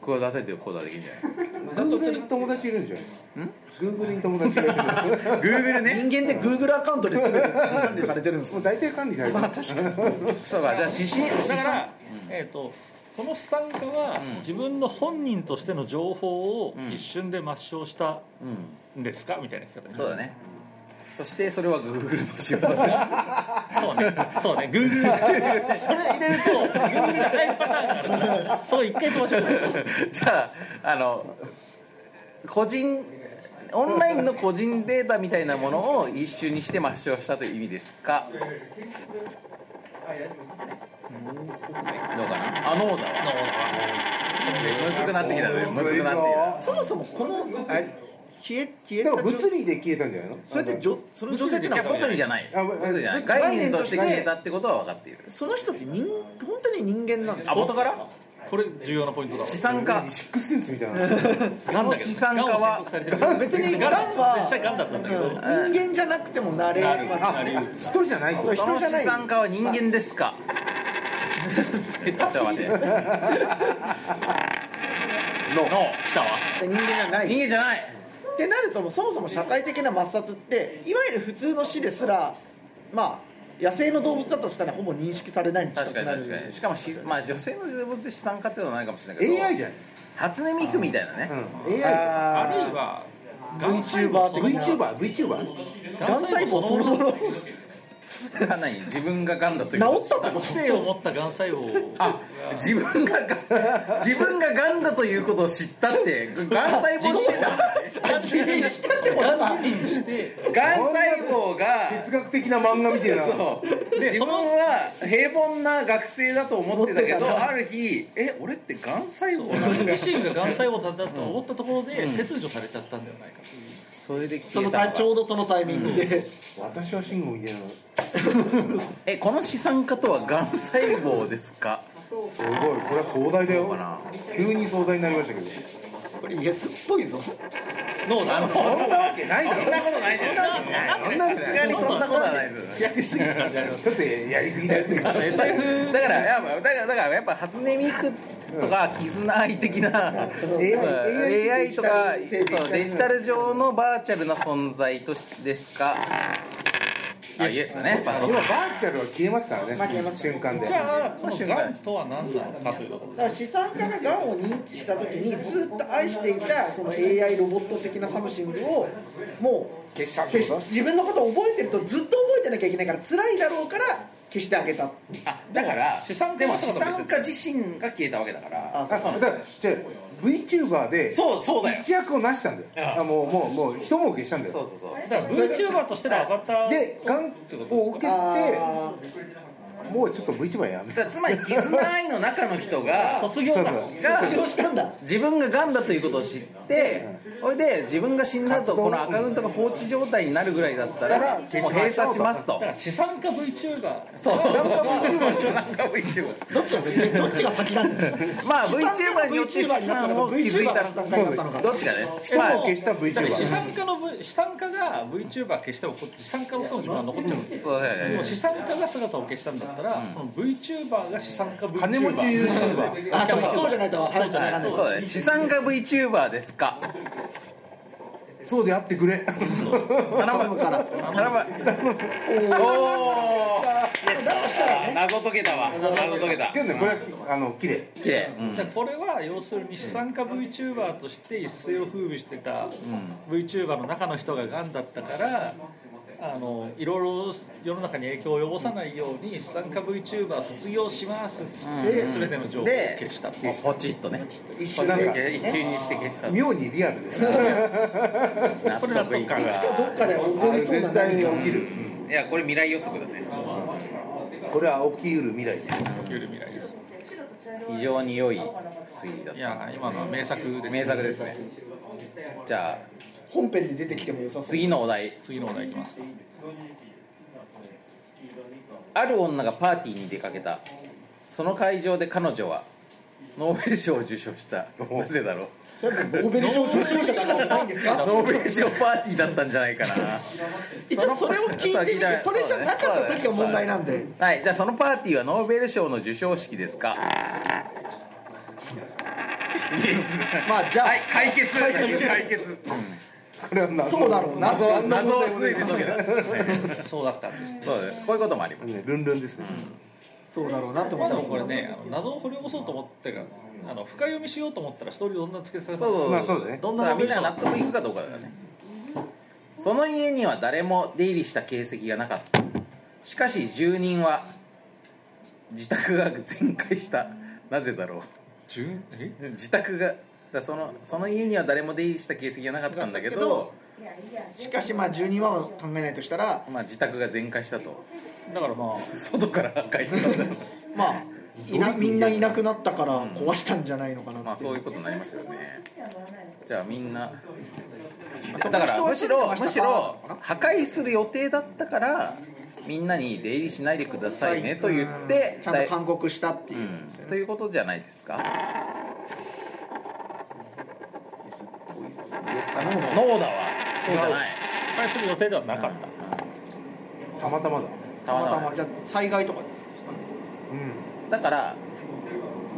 Speaker 3: 企ててることができるんじゃない
Speaker 5: Google に友達いるんじゃないですか Google に友達がいる
Speaker 3: Google ね
Speaker 6: 人間って Google アカウントで全て管理されてるんです
Speaker 5: も
Speaker 6: よ
Speaker 5: う大体管理されてる
Speaker 3: そうかじゃあ指針
Speaker 4: だからえー、とこの資産家は
Speaker 3: うん
Speaker 4: 自分の本人としての情報を
Speaker 3: うん
Speaker 4: 一瞬で抹消した
Speaker 3: うん
Speaker 4: んですかみたいな聞き方
Speaker 3: そうだねそしてそれは Google の仕業です
Speaker 4: そうねそうね Google それ入れると Google じゃないパターンがあるからそれ一回飛ばしましょう
Speaker 3: じゃああの個人オンラインの個人データみたいなものを一種にして抹消したという意味ですかどうかなあノーだわむずくなってきたねむずくなってきた
Speaker 6: そもそもこのあ消え消
Speaker 5: で
Speaker 6: えた
Speaker 5: も
Speaker 6: 女
Speaker 5: 物理で消えたんじゃないの
Speaker 6: それって女その女性ってのは
Speaker 4: 物理で
Speaker 3: 物理じゃない
Speaker 5: あ
Speaker 3: 物理じゃない
Speaker 6: あ
Speaker 3: 概念として消えたってことは分かっている
Speaker 6: その人って人本当に人間なんだ
Speaker 3: あ元から
Speaker 4: これ重要なポイントだわ
Speaker 3: 資産家
Speaker 5: シックスセンスみたい
Speaker 4: ガ
Speaker 5: な
Speaker 4: ンだけど
Speaker 3: 資産家は
Speaker 4: ガンを宣告されてる
Speaker 6: 別に
Speaker 4: ガン
Speaker 6: ガンは
Speaker 4: 実際ガンだったんだけど
Speaker 6: 人間じゃなくてもなれ
Speaker 4: なる
Speaker 6: ます
Speaker 4: なる
Speaker 5: 人じゃないと
Speaker 6: そう
Speaker 3: その
Speaker 6: 人じゃ
Speaker 3: 資
Speaker 6: ない
Speaker 3: 産家は人間です かちょっと待ってノー
Speaker 4: 来たわ
Speaker 6: 人間じゃない
Speaker 3: 人間じゃない
Speaker 6: ってなるともうそもそも社会的な抹殺っていわゆる普通の死ですらまあ野生の動物だとしたらほぼ認識されないに近
Speaker 3: 確か
Speaker 6: く
Speaker 3: に
Speaker 6: なる
Speaker 3: 確かにしかもし、まあ、女性の動物で資産家っていうのはないかもしれないけど
Speaker 5: AI じゃない
Speaker 3: 初音ミクみたいなね、
Speaker 5: う
Speaker 4: あ
Speaker 5: ん AI
Speaker 4: るい
Speaker 6: あ
Speaker 4: はガン細胞
Speaker 6: VTuber
Speaker 4: そ
Speaker 6: 的
Speaker 4: の
Speaker 6: な
Speaker 5: VTuberVTuber
Speaker 6: ガン細胞そのもの治
Speaker 3: それは 何自分がガンだということ
Speaker 6: ったってこ
Speaker 4: 知性を持ったがん細胞を
Speaker 3: あ自分 がガン自分がガンだということを知ったってガン細胞してた
Speaker 4: がん自認したって
Speaker 6: ことか
Speaker 4: がん自認して
Speaker 3: ガン細胞が
Speaker 5: 哲学的な漫画みたいな
Speaker 3: そうで自分は平凡な学生だと思ってたけ
Speaker 6: 思ってた
Speaker 3: ど
Speaker 6: な
Speaker 3: ある日え俺ってガン細胞なの
Speaker 4: 俺自身ががん細胞だったと思ったところで切除されちゃったんじゃないか
Speaker 3: それで消
Speaker 6: その
Speaker 3: えた
Speaker 6: タ
Speaker 3: の
Speaker 6: ちょうどそのタイミングで、
Speaker 5: 私は慎吾みたいな
Speaker 3: えこの資産家とはガン細胞ですか
Speaker 5: すごいこれは壮大だ
Speaker 3: どうか
Speaker 5: よ
Speaker 3: な
Speaker 5: 急に壮大になりましたけど
Speaker 6: これイエスっぽいぞ
Speaker 4: 脳
Speaker 3: そ
Speaker 4: だ
Speaker 3: んなわけないだろそんなことないじゃんそんなわけないそんなさすがにそんなことはないですよ
Speaker 4: 飛躍しすぎた感じあります
Speaker 5: ちょっとやりすぎだよね
Speaker 3: SF だからやっぱだからだからやっぱ初音ミクとか絆愛的な
Speaker 5: AI
Speaker 3: AI とかそうデジタ
Speaker 5: ル
Speaker 3: ル上のバーチャルな存在としてですかあイエスだねやっぱそう
Speaker 5: 今バーチャルは消えますからね
Speaker 6: 消えます
Speaker 5: 瞬間で
Speaker 4: じゃあこのがんとは何なのかというとこ
Speaker 6: だから資産家ががんを認知した時にずっと愛していたその AI ロボット的なサムシングをもう
Speaker 5: 消したって
Speaker 6: 消
Speaker 5: こ
Speaker 6: し
Speaker 5: と
Speaker 6: 自分のことを覚えてるとずっと覚えてなきゃいけないから辛いだろうから消してあげた
Speaker 3: あだから
Speaker 4: 資産家
Speaker 3: でも
Speaker 4: の人
Speaker 3: 資
Speaker 4: が
Speaker 3: 産家自身が消えたわけだから
Speaker 5: あそうだからじゃあ VTuber で
Speaker 3: そうそうだよ
Speaker 5: 一役をなしたんだよあもうもうもう一儲けしたんだ
Speaker 3: そう
Speaker 5: よ
Speaker 3: そうそう
Speaker 4: だから VTuber としてのアバター
Speaker 5: で眼を受けて
Speaker 6: あ
Speaker 5: もうちょっと VTuber やめ
Speaker 3: だからつまり絆愛の中の人 が
Speaker 4: 卒業だ
Speaker 5: そうそう
Speaker 6: あ卒業したんだ
Speaker 3: 自分が癌だということを知ってそれで自分が死んだとこのアカウントが放置状態になるぐらいだった
Speaker 5: だから
Speaker 3: らもう閉鎖します
Speaker 4: だ
Speaker 3: と
Speaker 4: から資産家 VTuber
Speaker 3: そうそうそうなんか VTuber
Speaker 6: どっちがどっちが先なん だ
Speaker 3: まあ VTuber によって資産を築いた
Speaker 6: 資
Speaker 3: 人
Speaker 6: 産家になったのか
Speaker 3: どっちかね
Speaker 5: 人を消した VTuber
Speaker 4: だから資産家の V- 資産家が VTuber 消してもこ資産家の人の自分は残ってるわけです
Speaker 3: そうだよ
Speaker 4: でも
Speaker 3: ね
Speaker 4: 資産家が姿を消したんだったら、この VTuber が資産家 VTuber
Speaker 5: 金持ち YouTuber
Speaker 6: あそうそうじゃないと話してなかんない
Speaker 3: そうだね資産家 VTuber ですか
Speaker 5: そうであってくれ
Speaker 3: 頼む
Speaker 6: から
Speaker 3: 頼むおお謎解けたわ謎解けた
Speaker 5: けどねこれあの綺麗
Speaker 3: 綺麗うん
Speaker 4: じゃあこれは要するに資産家 VTuber として一世を風靡してた VTuber の中の人ががんだったからあのいろいろ世の中に影響を及ぼさないように資産家 VTuber 卒業しますっつって全ての情報を
Speaker 3: で
Speaker 4: 消したってい
Speaker 3: も
Speaker 4: う
Speaker 3: うポチッとね
Speaker 6: 一瞬
Speaker 5: なん
Speaker 6: で
Speaker 5: か
Speaker 3: 一瞬にして消した
Speaker 5: 妙にリアルです
Speaker 3: 納
Speaker 4: これ納得感が
Speaker 6: どっかで起こりそうな
Speaker 5: 絶対
Speaker 6: 何か
Speaker 5: に起きる
Speaker 3: いやこれ未来予測だね
Speaker 5: これは起きうる未来です
Speaker 4: 起きる未来です
Speaker 3: 非常に良い推移だっ
Speaker 4: いや今のは名作で
Speaker 3: た
Speaker 4: す
Speaker 3: 名作ですねじゃあ
Speaker 6: 本編に出てきても良さそう
Speaker 3: 次のお題
Speaker 4: 次のお題いきます
Speaker 3: ある女がパーティーに出かけたその会場で彼女はノーベル賞を受賞したなぜだろう
Speaker 6: それノーベル賞受賞者じゃないんですか
Speaker 3: ノーベル賞パーティーだったんじゃないかな
Speaker 6: 一応それを聞いてみてそれじゃなかった時が問題なんで
Speaker 3: はいじゃあそのパーティーはノーベル賞の授賞式ですか
Speaker 6: まあじゃあ
Speaker 3: はい解決解決
Speaker 5: これは謎
Speaker 6: そうだろうな
Speaker 3: 謎を謎をついて解けた
Speaker 4: そうだったんです
Speaker 3: そうですこういうこともあります
Speaker 5: ねルンルンですね
Speaker 6: そうだろうなと
Speaker 4: ま
Speaker 6: 思っ
Speaker 4: あ、でもこれ
Speaker 6: たんですけど
Speaker 4: ねあの謎を掘り起こそうと思ってからあの深読みしようと思ったらストーリーどんな付けされます
Speaker 3: そう
Speaker 5: まあそうだね
Speaker 4: どん
Speaker 3: だか
Speaker 4: な
Speaker 3: ら
Speaker 4: ロビ
Speaker 3: み
Speaker 4: ン
Speaker 3: んな納得いく
Speaker 4: ソン
Speaker 3: かどうかだよねその家には誰も出入りした形跡がなかったしかし住人は自宅が全壊したなぜだろ
Speaker 4: 順え
Speaker 3: う 自宅がだからそのその家には誰も出入りした形跡がなかったんだけど、
Speaker 6: しかしまあ12話を考えないとしたら
Speaker 3: まあ、自宅が全壊したと
Speaker 4: だからまあ
Speaker 3: 外から破壊したんだろう
Speaker 6: まあいなみんないなくなったから壊したんじゃないのかなって、
Speaker 3: まあそういうことになりますよねじゃあみんな
Speaker 6: そ
Speaker 3: だ
Speaker 6: この人は
Speaker 3: からむしろむしろ
Speaker 6: そうなのかな
Speaker 3: 破壊する予定だったからみんなに出入りしないでくださいねと言って、
Speaker 6: うんちゃんと勧告したっていううん
Speaker 3: ということじゃないですか。ですかノーだわ。そうじゃない。
Speaker 4: 失敗する予定ではなかった、
Speaker 5: たまたまだ
Speaker 3: た
Speaker 6: た
Speaker 3: ま
Speaker 6: ま
Speaker 3: た
Speaker 6: た
Speaker 3: ま
Speaker 6: まじゃあ災害とかですかね
Speaker 5: う
Speaker 3: だから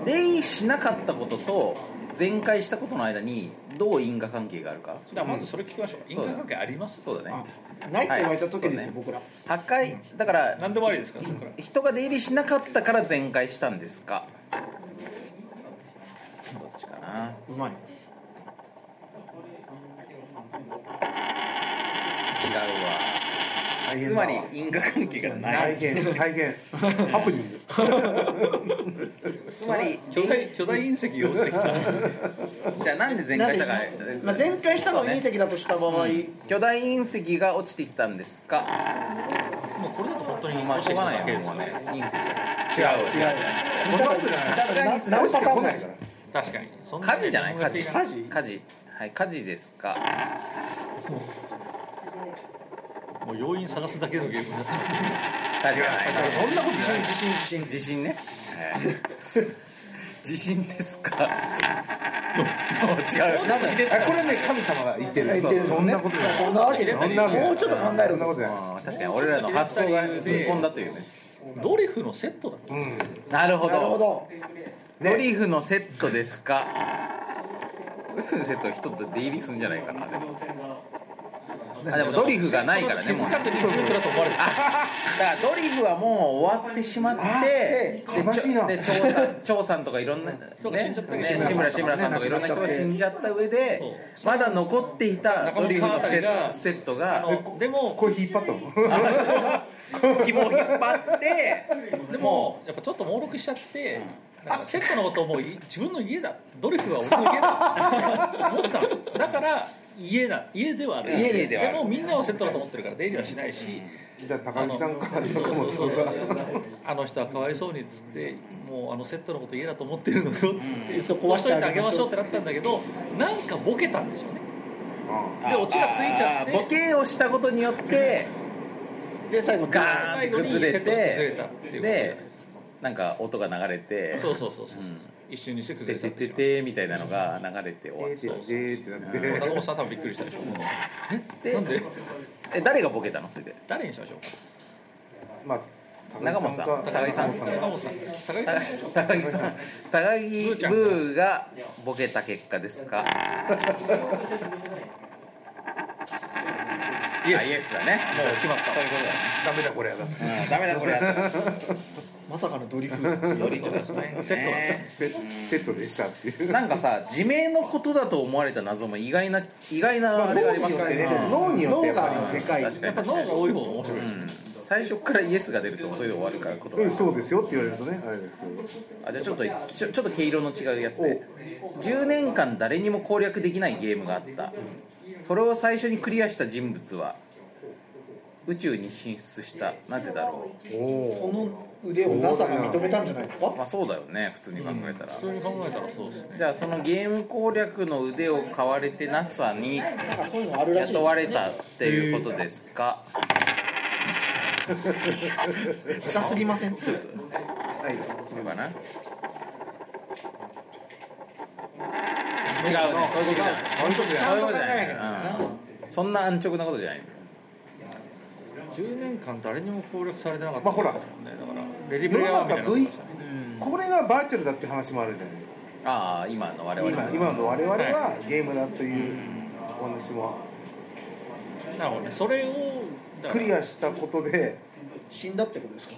Speaker 3: 出入りしなかったことと全開したことの間にどう因果関係があるか。
Speaker 4: じゃあまずそれ聞きましょう因
Speaker 3: そう
Speaker 4: 果
Speaker 3: だ
Speaker 4: 関係あります
Speaker 3: そうだね。
Speaker 6: あないって言われた時ですよ、
Speaker 3: はい
Speaker 6: 僕ら
Speaker 3: 破壊だから
Speaker 4: 何でもありですからそこから
Speaker 3: 人が出入りしなかったから全開したんですか。どっちかな。
Speaker 6: うまい
Speaker 3: 違うわ。
Speaker 5: 大変だわ
Speaker 3: つまり因果関係が
Speaker 5: ん
Speaker 3: な
Speaker 5: 大
Speaker 3: い。
Speaker 5: 変大変ハプニング
Speaker 3: つまり
Speaker 4: 巨大巨大隕石用意してきた
Speaker 3: じゃあなんで全開したかです
Speaker 6: まあ、全開したのが
Speaker 3: そうね
Speaker 6: 隕石だとした場合、
Speaker 3: 巨大隕石が落ちてきたんですか
Speaker 4: もうこれだと本当に
Speaker 3: まあしょうがないよ
Speaker 4: だけで
Speaker 3: も
Speaker 4: す
Speaker 3: う
Speaker 4: ね
Speaker 3: ね隕石
Speaker 4: 違う違う
Speaker 5: そんなことじゃない
Speaker 3: さすがに
Speaker 5: 直してこないから
Speaker 4: 確かにそん
Speaker 3: 火事じゃない火事
Speaker 4: 火事
Speaker 3: 火事はい火事ですか
Speaker 4: もう要因探すだけのゲームになっちゃ
Speaker 3: 火事がない
Speaker 5: そんなことしない
Speaker 3: 地震地震地震ね 地震です かもう違う多分
Speaker 5: あこれね神様が言ってる
Speaker 6: 言ってる
Speaker 5: そんなことじゃない
Speaker 6: そんなわけで
Speaker 5: そんなわけじゃない
Speaker 6: もうちょっと考え
Speaker 5: そ
Speaker 6: る
Speaker 5: んなことじゃない
Speaker 3: あー確かに俺らの発想が踏み込んだというね
Speaker 4: うドリフのセットだった
Speaker 5: うん
Speaker 3: なるほ
Speaker 6: なるほ
Speaker 3: ど
Speaker 6: ど
Speaker 3: ドリフのセットですかドリフのセット人と出入りするんじゃないかなでもあでもドリフがないからね
Speaker 4: 気
Speaker 3: もう
Speaker 4: づかずにドリフだと思われてた
Speaker 3: だからドリフはもう終わってしまってで
Speaker 5: あ悲しいな
Speaker 3: で長さん長さんとかいろんな、ね
Speaker 4: 人が死んじゃったり
Speaker 3: ね
Speaker 4: 志
Speaker 3: 志村
Speaker 4: 村
Speaker 6: さ
Speaker 3: 志
Speaker 6: んとかね
Speaker 3: 村さんとかいろんな人が死んじゃった上で
Speaker 4: そ
Speaker 3: まだ残っていた
Speaker 4: 中
Speaker 3: ドリ
Speaker 4: 本
Speaker 3: フ
Speaker 4: さんあ
Speaker 3: のセ
Speaker 4: たりが
Speaker 3: ッセット
Speaker 4: あ
Speaker 3: が
Speaker 4: のでも
Speaker 5: これ引っ張ったの
Speaker 3: 紐を引っ張って
Speaker 4: でもやっぱちょっと猛録しちゃって、あセットのことをもうい自分の家だドリフは俺の家だ思ってたんですよだから家だ家ではある
Speaker 3: 家ではある
Speaker 4: もみんなはセットだと思ってるから出入りはしないし、
Speaker 5: じゃあ高木さんからとかも
Speaker 4: そ
Speaker 5: そうう
Speaker 4: そう
Speaker 5: だ
Speaker 4: あの人はかわいそうにっつってもうあのセットのこと家だと思ってるのよっつって、
Speaker 6: うん
Speaker 4: そこしといてあげましょうってなったんだけどなんかボケたんでしょうねでオチがついちゃって
Speaker 3: あーボケをしたことによって
Speaker 6: で最後
Speaker 3: ガーン
Speaker 4: 最
Speaker 3: っ
Speaker 4: 後
Speaker 3: て
Speaker 4: にセ
Speaker 3: 崩れ
Speaker 4: ットが崩れ
Speaker 3: て
Speaker 4: たっていうことじ
Speaker 3: で
Speaker 4: ゃないですか
Speaker 3: なんか音が流れて
Speaker 4: そうそうそうそう、
Speaker 3: うん
Speaker 4: 一瞬にして崩
Speaker 3: て
Speaker 4: れた
Speaker 3: て
Speaker 4: んで
Speaker 3: て
Speaker 4: すよ
Speaker 3: てみたいなのが流れて終わ
Speaker 5: え
Speaker 3: っ
Speaker 5: ーってえーってなって
Speaker 4: 中本さんは多分びっくりしたでしょうえなんで
Speaker 3: え誰がボケたのそれで
Speaker 4: 誰にしましょうか
Speaker 5: まあ
Speaker 3: 中本さん
Speaker 4: 高木さん
Speaker 5: 高
Speaker 4: 高木さん高木さん
Speaker 3: 高木さん高木ブーがボケた結果ですか イエスイエスだね
Speaker 4: もう決まったそういうことだ
Speaker 5: ダメだこれやだ
Speaker 3: うんダメだこれは
Speaker 6: まさかのドリフ
Speaker 3: よりです
Speaker 4: ねセットだった
Speaker 5: セセットでしたっていう
Speaker 3: なんかさ自明のことだと思われた謎も意外な意外なあれがあ
Speaker 5: 脳
Speaker 3: り
Speaker 5: に
Speaker 3: ます
Speaker 5: よ
Speaker 3: よ
Speaker 5: ってね
Speaker 3: ね
Speaker 5: 脳によって
Speaker 6: 脳
Speaker 5: やっ
Speaker 6: が
Speaker 5: ぱ
Speaker 6: でかい
Speaker 3: 確か
Speaker 4: やっぱ脳が多い方が面白いですね、
Speaker 3: 最初からイエスが出るとそれで終わるからこと
Speaker 5: りうんそうですよって言われるとねあれですけど
Speaker 3: あじゃあちょっとちょちょっと毛色の違うやつで10年間誰にも攻略できないゲームがあったそれを最初にクリアした人物は宇宙に進出したなぜだろう
Speaker 5: お
Speaker 6: そ
Speaker 5: ー
Speaker 6: の腕を NASA が認めたんじゃないですか
Speaker 3: まあそうだよね普通に考えたら、
Speaker 4: 普通に考えたらそうですね
Speaker 3: じゃあそのゲーム攻略の腕を買われて NASA に
Speaker 6: なんかそういうのあるらしい
Speaker 3: 雇われたっていうことですか
Speaker 6: 近すぎません
Speaker 5: はい
Speaker 3: そうかな違うねそういうことじゃない
Speaker 5: 本当
Speaker 6: ち
Speaker 5: だ
Speaker 6: ゃ
Speaker 5: よ
Speaker 6: んと考えなきゃいけないな
Speaker 3: そんな安直なことじゃない
Speaker 4: 10年間誰にも攻略されてなかった
Speaker 5: まあほら
Speaker 4: ですもんねだからレリブレアみたいなことでしたね
Speaker 5: これがバーチャルだって話もあるじゃないですか
Speaker 3: ああ今の我々
Speaker 5: 今今の我々はゲームだというお話も
Speaker 4: なるほどねそれをだ
Speaker 5: ク
Speaker 4: から
Speaker 5: リアしたことで
Speaker 6: 死んだってことですか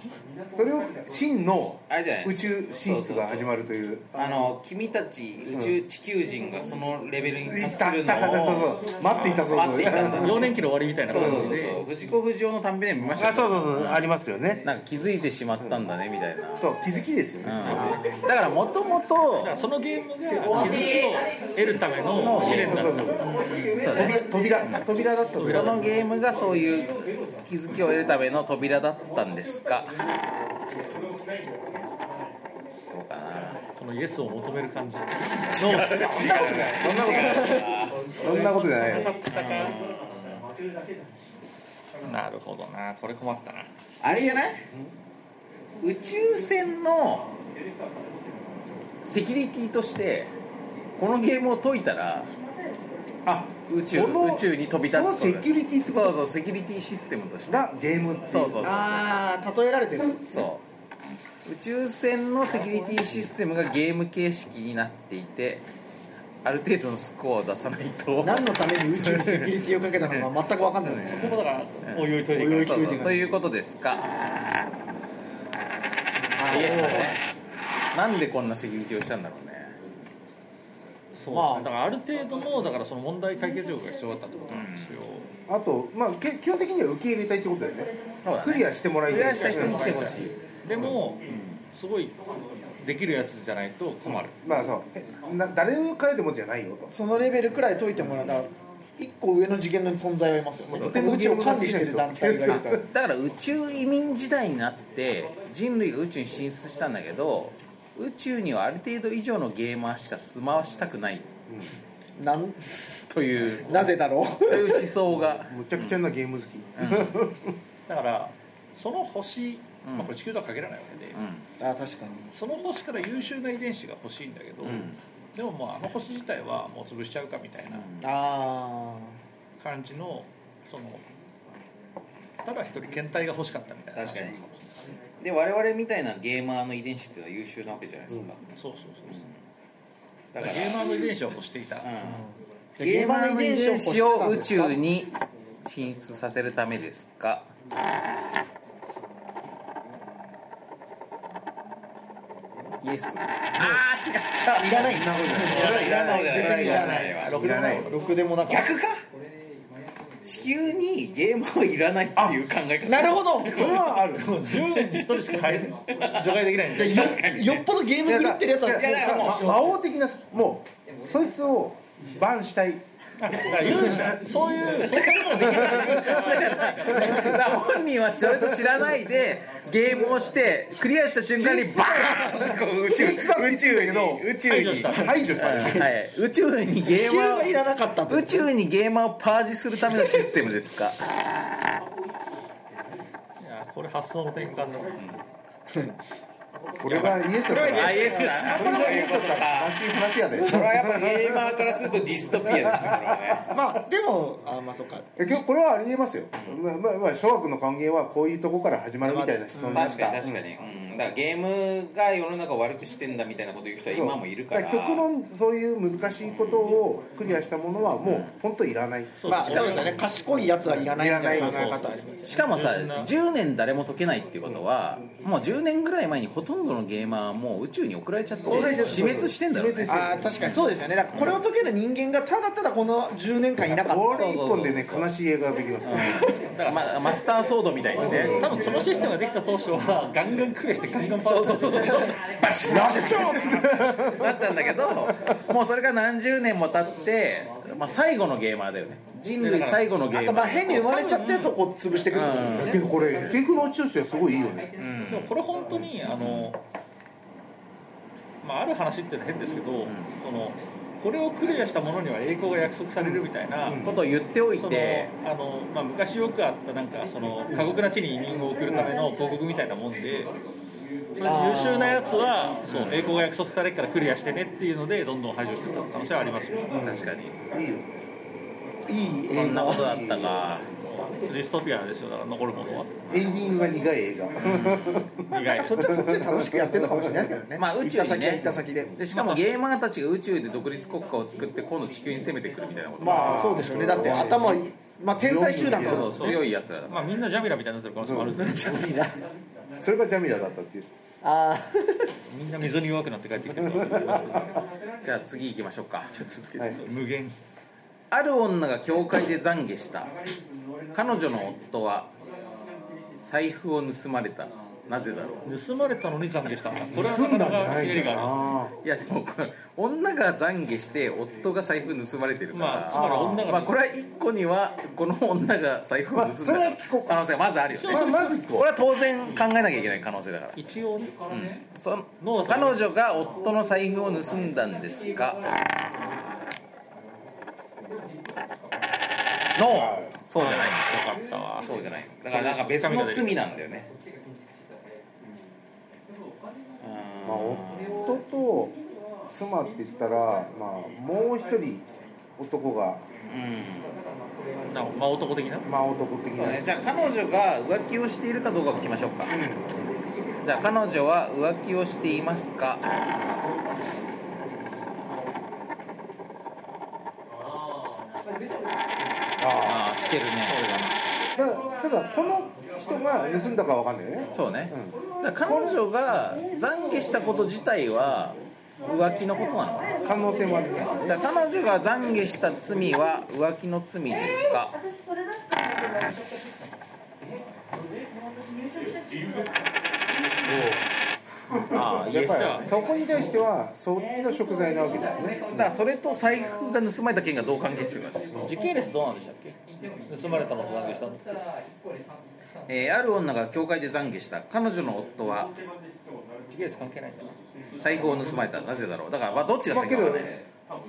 Speaker 5: それを真の
Speaker 3: あれじゃない
Speaker 5: 宇宙進出が始まるという
Speaker 3: あの君たち宇宙地球人がそのレベルに
Speaker 5: い
Speaker 3: 達す
Speaker 5: た
Speaker 3: る
Speaker 5: し
Speaker 3: の
Speaker 5: た方そう
Speaker 3: を
Speaker 5: そう待っていたそう
Speaker 3: 待っていたんだ
Speaker 4: 幼年期の終わりみたいな
Speaker 3: そうそう
Speaker 4: 感
Speaker 3: そ
Speaker 4: じ
Speaker 3: う
Speaker 4: で
Speaker 3: 藤子不二雄の短編で見ました
Speaker 7: あ
Speaker 3: けど
Speaker 7: そうそうそうありますよね
Speaker 3: なんか気づいてしまったんだねみたいな、うん
Speaker 5: そう気づきですよね、
Speaker 3: だからもともと
Speaker 4: だからそのゲームが気づきを得るための試練だ
Speaker 3: そ
Speaker 4: った
Speaker 3: うだね
Speaker 5: 扉扉だったんです
Speaker 3: そのゲームがそういう気づきを得るための扉だったんですかそうかな
Speaker 4: このイエスを求める感じのそ
Speaker 5: そんなことないそんなことじゃないよ
Speaker 4: うなるほどなこれ困ったな
Speaker 3: あれじゃない宇宙船のセキュリティとしてこのゲームを解いたらあ宇宙
Speaker 5: この
Speaker 3: 宇宙に飛び立つ
Speaker 5: そのセキュリティってこと
Speaker 3: そうそうセキュリティシステムとして
Speaker 5: がゲームっていう
Speaker 3: そうそうそう
Speaker 6: ああ例えられてる
Speaker 3: そう宇宙船のセキュリティシステムがゲーム形式になっていてある程度のスコアを出さないと
Speaker 6: 何のために宇宙にセキュリティをかけたのか全く分かんないですよ
Speaker 4: そこだからおいおいトイレ
Speaker 6: おい
Speaker 4: 行
Speaker 6: お
Speaker 4: く
Speaker 6: い
Speaker 3: そうそうということですかイエスだねなんでこんなセキュリティをしたんだろうね
Speaker 4: そうですねだからある程度のだからその問題解決力が必要だったってことなんですよ、
Speaker 5: あとまあけ基本的には受け入れたいってことだよね
Speaker 3: そうだね
Speaker 5: クリアしてもらい
Speaker 3: ク
Speaker 5: た
Speaker 3: リ
Speaker 5: い
Speaker 3: アした人に来てほしい
Speaker 4: でも、すごいできるやつじゃないと困る、
Speaker 5: まあそうえな誰からでもじゃないよと
Speaker 6: そのレベルくらい解いてもらえたら一個上の次元の存在はいますよね
Speaker 5: そう
Speaker 6: この宇宙を管理してる団体がいるから
Speaker 3: だから宇宙移民時代になって人類が宇宙に進出したんだけど宇宙にはある程度以上のゲーマーしか住まわしたくない
Speaker 6: なん
Speaker 3: という
Speaker 6: なぜだろう
Speaker 3: という思想が
Speaker 5: むちゃくちゃなゲーム好き、
Speaker 4: だからその星、まあ、これ地球とは限らないわけで、
Speaker 6: あ確かに
Speaker 4: その星から優秀な遺伝子が欲しいんだけど、でもまああの星自体はもう潰しちゃうかみたいな
Speaker 6: あ
Speaker 4: 感じのそのただ一人検体が欲しかったみたいな
Speaker 3: 確かにで我々みたいなゲーマーの遺伝子っていうのは優秀なわけじゃないですか、
Speaker 4: そうそうそうそう
Speaker 3: だ
Speaker 4: だ
Speaker 3: か
Speaker 4: から
Speaker 3: ら
Speaker 4: ゲーマーの遺伝子を欲していた、
Speaker 6: あ
Speaker 3: ゲーマーの遺伝子を宇宙
Speaker 6: に
Speaker 3: に進出させるためですかイエス
Speaker 6: いらない
Speaker 5: そんなことじゃない
Speaker 3: いらないいらないいらない
Speaker 6: いらない
Speaker 3: わ
Speaker 5: いらない
Speaker 6: ろくでもなかっ
Speaker 3: 逆か地球にゲーマーはいらないっていう考え
Speaker 6: た
Speaker 3: 方
Speaker 6: なるほ ど
Speaker 5: これはある
Speaker 4: 10人に1人しか入る 除外できないんで
Speaker 3: 確かに
Speaker 6: よっぽどゲーム作ってるやつ
Speaker 5: いやだから
Speaker 6: は
Speaker 5: ま魔王的なもうそいつをバンしたい
Speaker 4: だから勇者 そういうそういうことができない勇者
Speaker 3: だから本人はそれと知らないでゲームをしてクリアした瞬間にバーンこう宇宙宇宙に宇宙
Speaker 4: 排
Speaker 3: に
Speaker 4: 除した
Speaker 5: 排除される
Speaker 3: はい宇宙にゲ
Speaker 6: 地
Speaker 3: ー
Speaker 6: 球
Speaker 3: マ
Speaker 6: がい
Speaker 3: ー
Speaker 6: らなかったって
Speaker 3: 宇宙にゲーマーをパージするためのシステムですか
Speaker 4: いやこれ発想の転換だな
Speaker 5: これがイエスだから
Speaker 3: イエスだ
Speaker 5: これがイエスだから悲しい話やでこれはやっぱり
Speaker 3: ゲーマーからするとディストピアですからね
Speaker 6: まあでもあまあそっか
Speaker 5: え今日これはありえますよ、まあまあまあ諸悪の還元はこういうとこから始まるみたいな質問だっ
Speaker 3: 確か
Speaker 5: た
Speaker 3: に確かに、うん、だからゲームが世の中を悪くしてんだみたいなこと言う人は
Speaker 5: そう
Speaker 3: 今もいるから
Speaker 5: だから極論そういう難しいことをクリアしたものはもう本当いらない、
Speaker 6: まあそうですよね賢いやつはいらないみたいな考え方あります
Speaker 3: しかもさ10年誰も解けないっていうことは、もう10年ぐらい前にほとんどのゲーマーはもう宇宙に送られちゃって
Speaker 5: 送られちゃって
Speaker 3: 死滅してんだろうね
Speaker 5: 死
Speaker 6: あー確かにそうですよねだからこれを解ける人間がただただこの10年間いなかった
Speaker 5: これ一本でね悲しい映画ができます、
Speaker 3: まマスターソードみたいなね
Speaker 4: 多分このシステムができた当初はガンガンクリアしてガンガンパワー
Speaker 3: そうそうそうそうバシッバシッなったんだけどもうそれが何十年も経って、まあ、最後のゲーマーだよね人類最後のゲ
Speaker 6: あ
Speaker 3: ー
Speaker 6: と
Speaker 3: マ
Speaker 6: まあ
Speaker 3: ー
Speaker 6: 変に生まれちゃってとこ潰してくるってことですよね
Speaker 5: だけどこれ SF のオチとしてはすごいいいよね、
Speaker 4: でもこれ本当にあの、まあ、ある話って変ですけど、このこれをクリアしたものには栄光が約束されるみたいな、
Speaker 3: ことを言っておい
Speaker 4: その
Speaker 3: て
Speaker 4: あのまあ、昔よくあったなんかその過酷な地に移民を送るための広告みたいなもんで。それで優秀なやつはそう栄光が約束されるからクリアしてねっていうのでどんどん排除してた可能性はありますよ、
Speaker 3: 確かに
Speaker 5: いいよいい
Speaker 3: そ
Speaker 5: 映
Speaker 3: んな
Speaker 5: 画
Speaker 3: ことだったか
Speaker 4: ディストピアですよだから残るものは
Speaker 5: エンディングが苦い映画、
Speaker 4: 意外
Speaker 6: そっちはそっちで楽しくやってるのかもしれないですけどね
Speaker 3: まあ宇宙
Speaker 6: 行った
Speaker 3: に
Speaker 6: 先は行
Speaker 3: ね
Speaker 6: った先で
Speaker 3: でしかもゲーマーたちが宇宙で独立国家を作って今度地球に攻めてくるみたいなこと
Speaker 6: まあそうでしょうねだって頭まあ天才集団
Speaker 5: そ
Speaker 6: か
Speaker 5: う
Speaker 6: ら
Speaker 5: そ
Speaker 3: そう強いやつらだ
Speaker 4: まあみんなジャミラみたいになってる可能性もあるんで、
Speaker 5: それがジャミラだったっていう
Speaker 2: ああ
Speaker 4: みんな水に弱くなって帰ってきてる可能性もありますけど
Speaker 3: じゃあ次行きましょうか
Speaker 5: はい
Speaker 4: 無限
Speaker 3: ある女が教会で懺悔した彼女の夫は財布を盗まれたなぜだろ
Speaker 4: 盗まれたのに懺悔したんだこれは
Speaker 5: 済
Speaker 4: な
Speaker 5: んだん
Speaker 4: か
Speaker 5: じ
Speaker 4: な
Speaker 5: ゃ
Speaker 4: か
Speaker 5: な
Speaker 4: ひねり
Speaker 5: い
Speaker 4: が
Speaker 5: か
Speaker 4: あ
Speaker 5: ない
Speaker 3: やでもこれ女が懺悔して夫が財布盗まれてる
Speaker 4: る
Speaker 3: から、
Speaker 4: まあ
Speaker 3: ま
Speaker 4: つまり女
Speaker 3: あ
Speaker 4: が、
Speaker 3: これは一個にはこの女が財布を盗ん
Speaker 5: まあそれは
Speaker 3: だ
Speaker 5: 聞こう
Speaker 3: 可能性がまずあるよね
Speaker 5: まあまず聞
Speaker 3: こ
Speaker 5: こ
Speaker 3: れは当然考えなきゃいけない可能性だから
Speaker 4: 一応ね、
Speaker 3: その
Speaker 4: ノーだと
Speaker 3: 彼
Speaker 4: 思う
Speaker 3: 女が夫の財布を盗んだんですかノーそうじゃない
Speaker 4: よかったわ
Speaker 3: そうじゃないだからなんか別の罪なんだよね
Speaker 5: う、まあ、夫と妻って言ったら、まあ、もう一人男が
Speaker 3: うん
Speaker 4: なまあ男的な
Speaker 5: まあ男的
Speaker 3: そう
Speaker 5: な、
Speaker 3: ねじゃあ彼女が浮気をしているかどうかを聞きましょうかじゃあ彼女は浮気をしていますか
Speaker 5: あ
Speaker 3: ああしてるね
Speaker 5: あただただこの人が盗んだかわかんないよね
Speaker 3: そうね、だから彼女が懺悔したこと自体は浮気のことなのかな
Speaker 5: 可能性もあるね
Speaker 3: じゃあ彼女が懺悔した罪は浮気の罪ですかああイ
Speaker 5: や
Speaker 3: エ
Speaker 5: っ
Speaker 3: スだ
Speaker 5: ぱりそこに対してはそっちの食材なわけですね
Speaker 3: からそれと財布が盗まれた件がどう関係してるかね、
Speaker 4: 時系列どうなんでしたっけ盗まれたのと懺悔したの
Speaker 3: えーある女が教会で懺悔した彼女の夫は
Speaker 4: 時系列関係ないんだな
Speaker 3: 財布を盗まれたなぜだろうだからまあどっちが
Speaker 5: まあ
Speaker 3: 先
Speaker 5: け
Speaker 3: か
Speaker 5: ど
Speaker 3: はね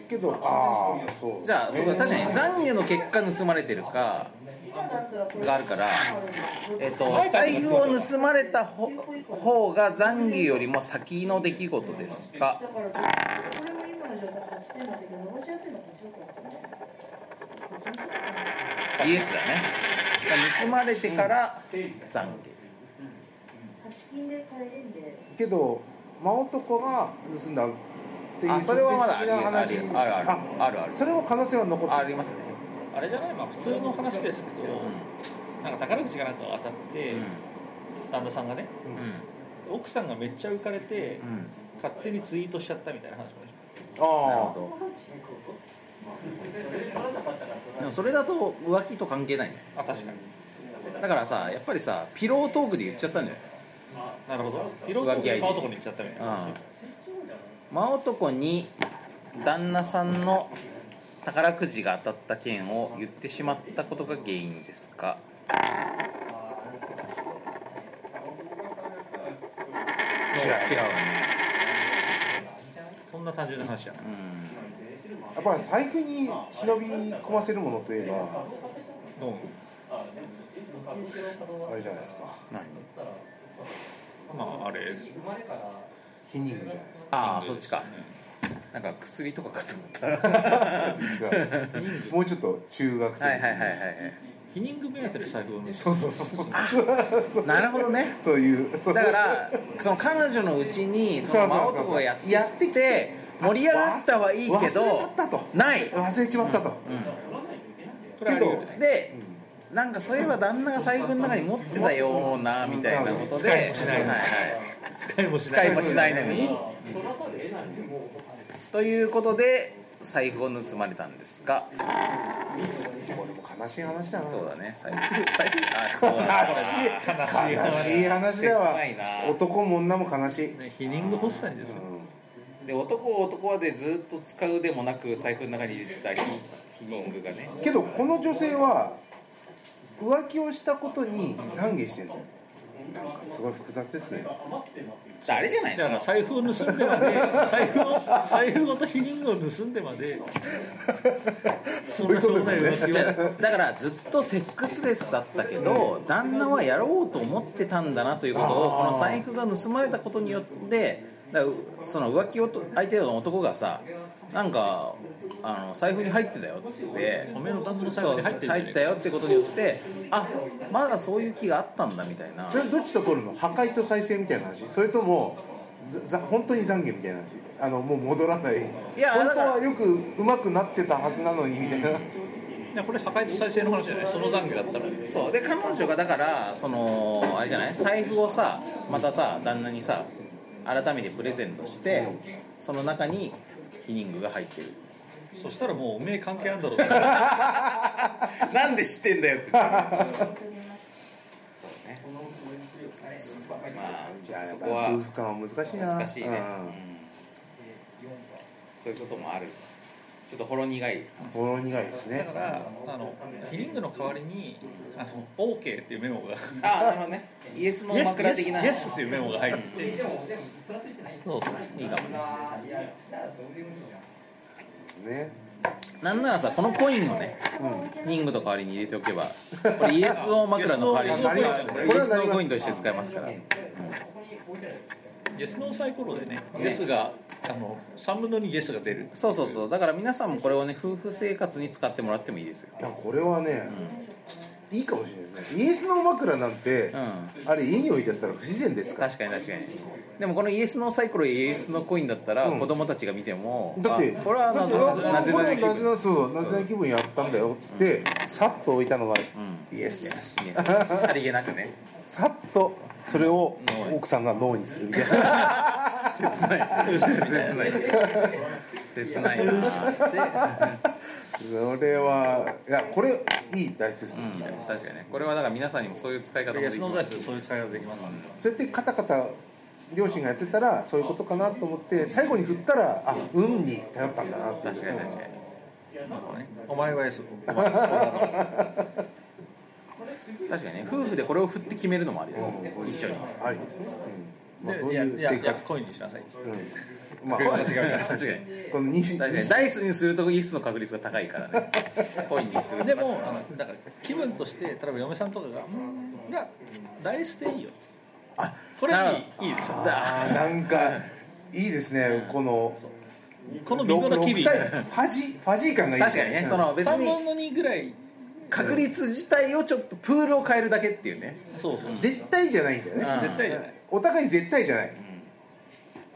Speaker 5: けどああそう
Speaker 3: じゃあそこ確かに懺悔の結果盗まれてるかがあるから、えっと、財布を盗まれたほ方が懺悔よりも先の出来事ですかイエスだね盗まれてから懺悔
Speaker 5: けど真男が盗んだっていう
Speaker 3: あそれはまだあ
Speaker 5: 的
Speaker 3: り
Speaker 5: な
Speaker 3: 得るあ
Speaker 5: 話
Speaker 3: るあるあるあるある
Speaker 5: それも可能性は残って
Speaker 3: あ
Speaker 5: る
Speaker 3: りますね
Speaker 4: あれじゃないまあ普通の話ですけど、なんか宝くじかなんかが当たっ
Speaker 3: う
Speaker 4: て、
Speaker 3: ん
Speaker 4: 旦那さんがね奥さんがめっちゃ浮かれて
Speaker 3: うんうん
Speaker 4: 勝手にツイートしちゃったみたいな話もある
Speaker 3: なる
Speaker 5: あ
Speaker 3: ほどでもそれだと浮気と関係ないね
Speaker 4: あ確かに
Speaker 3: だからさやっぱりさピロートークで言っちゃったんじゃない
Speaker 4: なるほど色と
Speaker 3: 浮気相手
Speaker 4: 馬男に行っちゃったみたいな話、
Speaker 3: うん真男に旦那さんの宝くじが当たった件を言ってしまったことが原因ですか違う違
Speaker 4: そんな単純な話じゃない、
Speaker 3: ううん
Speaker 5: あやっぱり財布に忍び込ませるものといえば
Speaker 4: うん
Speaker 5: あれじゃないですか
Speaker 3: 何
Speaker 4: まああれ
Speaker 5: ヒニングじゃないです
Speaker 3: ああそっちかなんか薬とかかと思った
Speaker 5: か違うもうちょっと中学生
Speaker 3: はいはいはいはいはい
Speaker 4: 避妊具目当てで財布を盗む
Speaker 5: そうそうそう
Speaker 3: なるほどね
Speaker 5: そういうそう
Speaker 3: だからその彼女のうちにその
Speaker 5: そうそう
Speaker 3: 真
Speaker 5: そうそう
Speaker 3: 男がややってて盛り上がったはいいけど
Speaker 5: 忘れちゃったと
Speaker 3: ない
Speaker 5: 忘れちまったと、
Speaker 4: これあり得るね
Speaker 3: でなんかそういえば旦那が財布の中に持ってたようなみたいなことで
Speaker 5: 使いもしない
Speaker 3: はいはい、
Speaker 4: 使いもし な
Speaker 3: 使
Speaker 4: い
Speaker 3: いもしないのに、ということで財布を盗まれたんですが
Speaker 5: これも悲しい話だな
Speaker 3: そうだね財布財布あそうだ
Speaker 4: 悲しい
Speaker 5: 悲しい話だわ
Speaker 3: 切ないな
Speaker 5: 男も女も悲しい、うん、
Speaker 4: ね避妊具欲しさにですよ、
Speaker 3: で男を男はでずっと使うでもなく財布の中に入れてたりヒニングがね
Speaker 5: けどこの女性は浮気をしたことに懺悔してるのなんかすごい複雑ですね
Speaker 3: あれじゃないで
Speaker 4: だ
Speaker 3: す
Speaker 4: から
Speaker 3: か
Speaker 4: 財布を盗んでまで財布を財布ごと避妊具を盗んでまでそんな詳細浮気
Speaker 3: じゃ
Speaker 4: を
Speaker 3: あだからずっとセックスレスだったけど旦那はやろうと思ってたんだなということをこの財布が盗まれたことによってだからうその浮気をと相手の男がさなんかあの財布に入ってたよっつって
Speaker 4: おめえの旦那の財布に入ってんじゃねえか
Speaker 3: 入ったよってことによってあまだそういう気があったんだみたいな
Speaker 5: それどっちと取るの破壊と再生みたいな話それともざざ本当に懺悔みたいな話あのもう戻らない
Speaker 3: いや
Speaker 5: 本当
Speaker 3: だから
Speaker 5: はよくうまくなってたはずなのにみたいな、
Speaker 4: やこれ破壊と再生の話じゃないその残業だったら
Speaker 3: そうで彼女がだからそのあれじゃない財布をさまたさ旦那にさ改めてプレゼントしてその中にヒニングが入ってる
Speaker 4: そしたらもうおめえ関係あんだろうって
Speaker 3: なんで知ってんだよ ってまあ
Speaker 5: じゃあや
Speaker 3: そ
Speaker 5: っぱ
Speaker 3: こは
Speaker 5: 夫婦間は難しいな
Speaker 3: 難しいね、う
Speaker 5: うんん
Speaker 3: そういうこともあるちょっとほろ苦い
Speaker 5: ほろ苦いです
Speaker 4: だ
Speaker 5: ね
Speaker 4: からあのヒリングの代わりにあの OK っていうメモが
Speaker 3: ああなるほどねイエスの枕的な
Speaker 4: イエスイエスっていうメモが入ってそうそう
Speaker 3: いいかもね
Speaker 5: ね
Speaker 3: なんならさこのコインをねリングの代わりに入れておけばこれイエスの枕の代わりに
Speaker 4: イエスの
Speaker 5: なり ます
Speaker 4: こ
Speaker 5: ね
Speaker 3: イエスのコインとして使えますから
Speaker 4: イエスのサイコロでねイエスがあの3分の2イエスが出る
Speaker 3: そうそうそうだから皆さんもこれをね夫婦生活に使ってもらってもいいですよ
Speaker 5: いやこれはね、いいかもしれないですねイエスの枕なんて
Speaker 3: う、ん
Speaker 5: あれ家に置いてあったら不自然ですから
Speaker 3: 確かに確かにでもこのイエスのサイコロイエスのコインだったら
Speaker 5: うん
Speaker 3: 子供たちが見ても、
Speaker 5: だって
Speaker 3: あこれは
Speaker 5: だ
Speaker 3: な
Speaker 5: って
Speaker 3: ぜ
Speaker 5: あ
Speaker 3: なぜなぜなぜ
Speaker 5: これなぜなぜそうなぜなぜ気分やったんだよっつって、さっと置いたのが、イエス
Speaker 3: イエスさりげなくね
Speaker 5: さっとそれを
Speaker 3: うん
Speaker 5: 奥さんが脳にするみたいな
Speaker 3: 切ない切ない切ないな
Speaker 5: それはいやこれいい大切ですね、
Speaker 3: うん確かにねこれはだから皆さんにもそういう使い方も
Speaker 4: イエ
Speaker 3: で
Speaker 4: ス
Speaker 3: き
Speaker 4: の
Speaker 3: ま
Speaker 4: ダイ
Speaker 3: す
Speaker 4: スでそういう使い方できますんで
Speaker 5: そうやってカタカタ両親がやってたらそういうことかなと思って最後に振ったらあ運に頼ったんだなっていう
Speaker 3: 確かに確かに
Speaker 4: なんかねお前はイエスお前
Speaker 3: 確かにね夫婦でこれを振って決めるのもありだよ、
Speaker 5: うん
Speaker 3: 一緒に
Speaker 5: ありですね、うんまあ、
Speaker 4: で
Speaker 5: こう
Speaker 4: いや
Speaker 5: いう
Speaker 4: いや
Speaker 5: 生
Speaker 4: いや
Speaker 5: 活、
Speaker 4: コインにしなさいっつって
Speaker 5: う ん、まあこ
Speaker 3: 違う確かに
Speaker 5: の西
Speaker 3: 確かにダイスにするとイエスの確率が高いからねコインにする
Speaker 4: でもあのだから気分として例えば嫁さんとかが「うんいやダイスでいいよ」っつってこれいいいいでしょ
Speaker 5: あーなんかいいですねこの
Speaker 4: この微妙な機微
Speaker 5: ろく体ファジーファジー感がいい
Speaker 3: 確かにねその別
Speaker 4: 3
Speaker 3: に
Speaker 4: 分の2ぐらい
Speaker 3: 確率自体をちょっとプールを変えるだけっていうね
Speaker 4: そうそう、
Speaker 5: うん絶対じゃないんだよね
Speaker 3: うん
Speaker 4: 絶対じゃない
Speaker 5: お互い絶対じゃない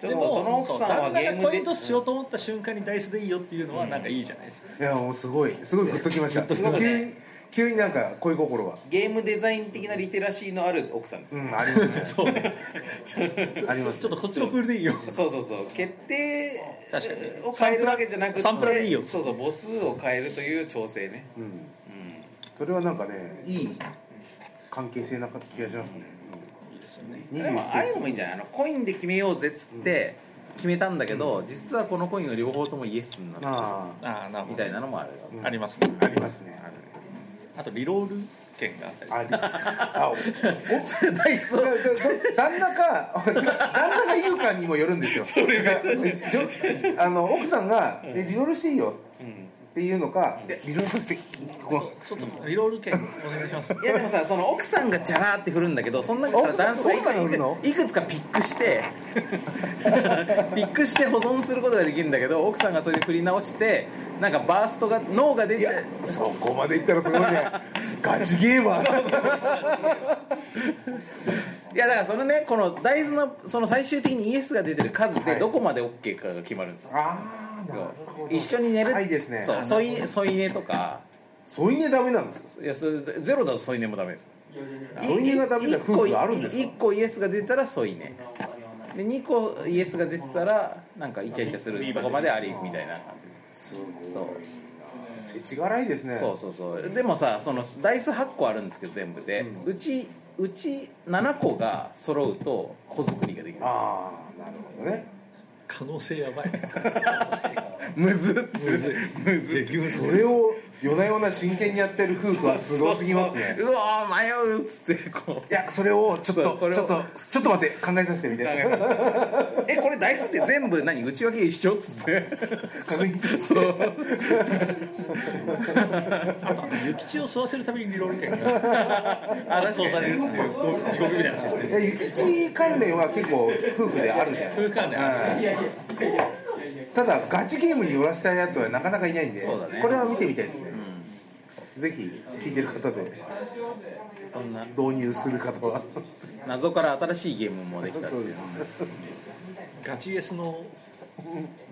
Speaker 3: でもその奥さんはゲー
Speaker 4: 旦那が
Speaker 3: ム
Speaker 4: コイ
Speaker 3: で
Speaker 4: ントスしようと思った瞬間にダイスでいいよっていうのはなんかいいじゃないですか、
Speaker 5: いやもうすごいすごいグッときました
Speaker 3: すごい
Speaker 5: 急に急になんか恋心が
Speaker 3: ゲームデザイン的なリテラシーのある奥さんです、
Speaker 5: うんありますね
Speaker 4: そうね
Speaker 5: あります
Speaker 4: ちょっとこっちのプールでいいよ
Speaker 3: そうそうそう決定
Speaker 4: 確かに
Speaker 3: を変えるわけじゃなくて
Speaker 4: サンプラでいいよ
Speaker 3: そうそう母数を変えるという調整ね
Speaker 5: うんそれはなんかねいい関係性な気がしますね
Speaker 4: いいですよね
Speaker 5: 21
Speaker 3: でもああいうのもいいん
Speaker 5: 世
Speaker 3: じ
Speaker 5: 紀
Speaker 3: ゃないあのコインで決めようぜっつって決めたんだけど、実はこのコインを両方ともイエスになった
Speaker 5: あ
Speaker 4: ああなるほど
Speaker 3: みたいなのもあるよ、
Speaker 5: うん
Speaker 4: ありますね
Speaker 5: あありますね
Speaker 4: あとリロール券があったり
Speaker 5: あり あお
Speaker 3: ダイソ
Speaker 5: だ
Speaker 3: ー
Speaker 5: だ旦那か 旦那が言うかにもよるんですよじょあの奥さんが「えリロールしていいよ」っていうのか「いやリロールさせてこ
Speaker 4: ちょっとリロール券お願いします
Speaker 3: いやでもさその奥さんがジャラーって振るんだけどその中から男性い
Speaker 5: 奥さんが振るの
Speaker 3: くいくつかピックして ピックして保存することができるんだけど奥さんがそれで振り直してなんかバーストが脳が出
Speaker 5: い
Speaker 3: ちゃ
Speaker 5: や
Speaker 3: う
Speaker 5: そこまでいったらすごいねガチゲーマー
Speaker 3: いやだからそのねこの大豆のその最終的にイエスが出てる数
Speaker 5: は
Speaker 3: で
Speaker 5: い
Speaker 3: どこまで OK かが決まるんですよ、
Speaker 5: ああなるほど
Speaker 3: 一緒に寝る
Speaker 5: はいですね
Speaker 3: そう添い寝添い寝とか
Speaker 5: 添い寝ダメなんですよ
Speaker 3: いやそれゼロだと添い寝もダメです
Speaker 5: 添い寝がダメな夫婦があるんです
Speaker 3: 1
Speaker 5: か
Speaker 3: 個イエスが出たら添い寝で2個イエスが出てたらなんかイチャイチャするとこまでありみたいな感
Speaker 5: すご
Speaker 3: じ
Speaker 5: い
Speaker 3: そう
Speaker 5: 世知辛いですね
Speaker 3: そうそうそうでもさそのダイス8個あるんですけど全部で、うちうち7個が揃うと子作りができるんですよ
Speaker 5: ああなるほどね
Speaker 4: 可能性やば い
Speaker 3: むずってむず
Speaker 5: それを夜な夜な真剣にやってる夫婦はすごすぎますね
Speaker 3: うわー迷うっつってこう
Speaker 5: いやそれをちょっと
Speaker 3: そうこれを
Speaker 5: ちょっとちょっと待って考えさせてみたいな
Speaker 3: えこれダイスって全部何内訳一緒っつって
Speaker 5: 確認する
Speaker 3: そう
Speaker 4: あとあの諭吉を吸わせるためにリロール券 が発行されるっていうご地獄みたいな話して
Speaker 5: い
Speaker 4: る
Speaker 5: や諭吉関連は結構夫婦であるじゃない
Speaker 4: 夫婦間で
Speaker 5: はいただガチゲームに寄らせたいやつはなかなかいないんで
Speaker 3: そうだね
Speaker 5: これは見てみたいですね、ぜひ聞いてる方で
Speaker 3: そんな
Speaker 5: 導入する方は
Speaker 3: 謎から新しいゲームもできたって
Speaker 5: そ
Speaker 3: いうう
Speaker 5: です
Speaker 4: ガチ S の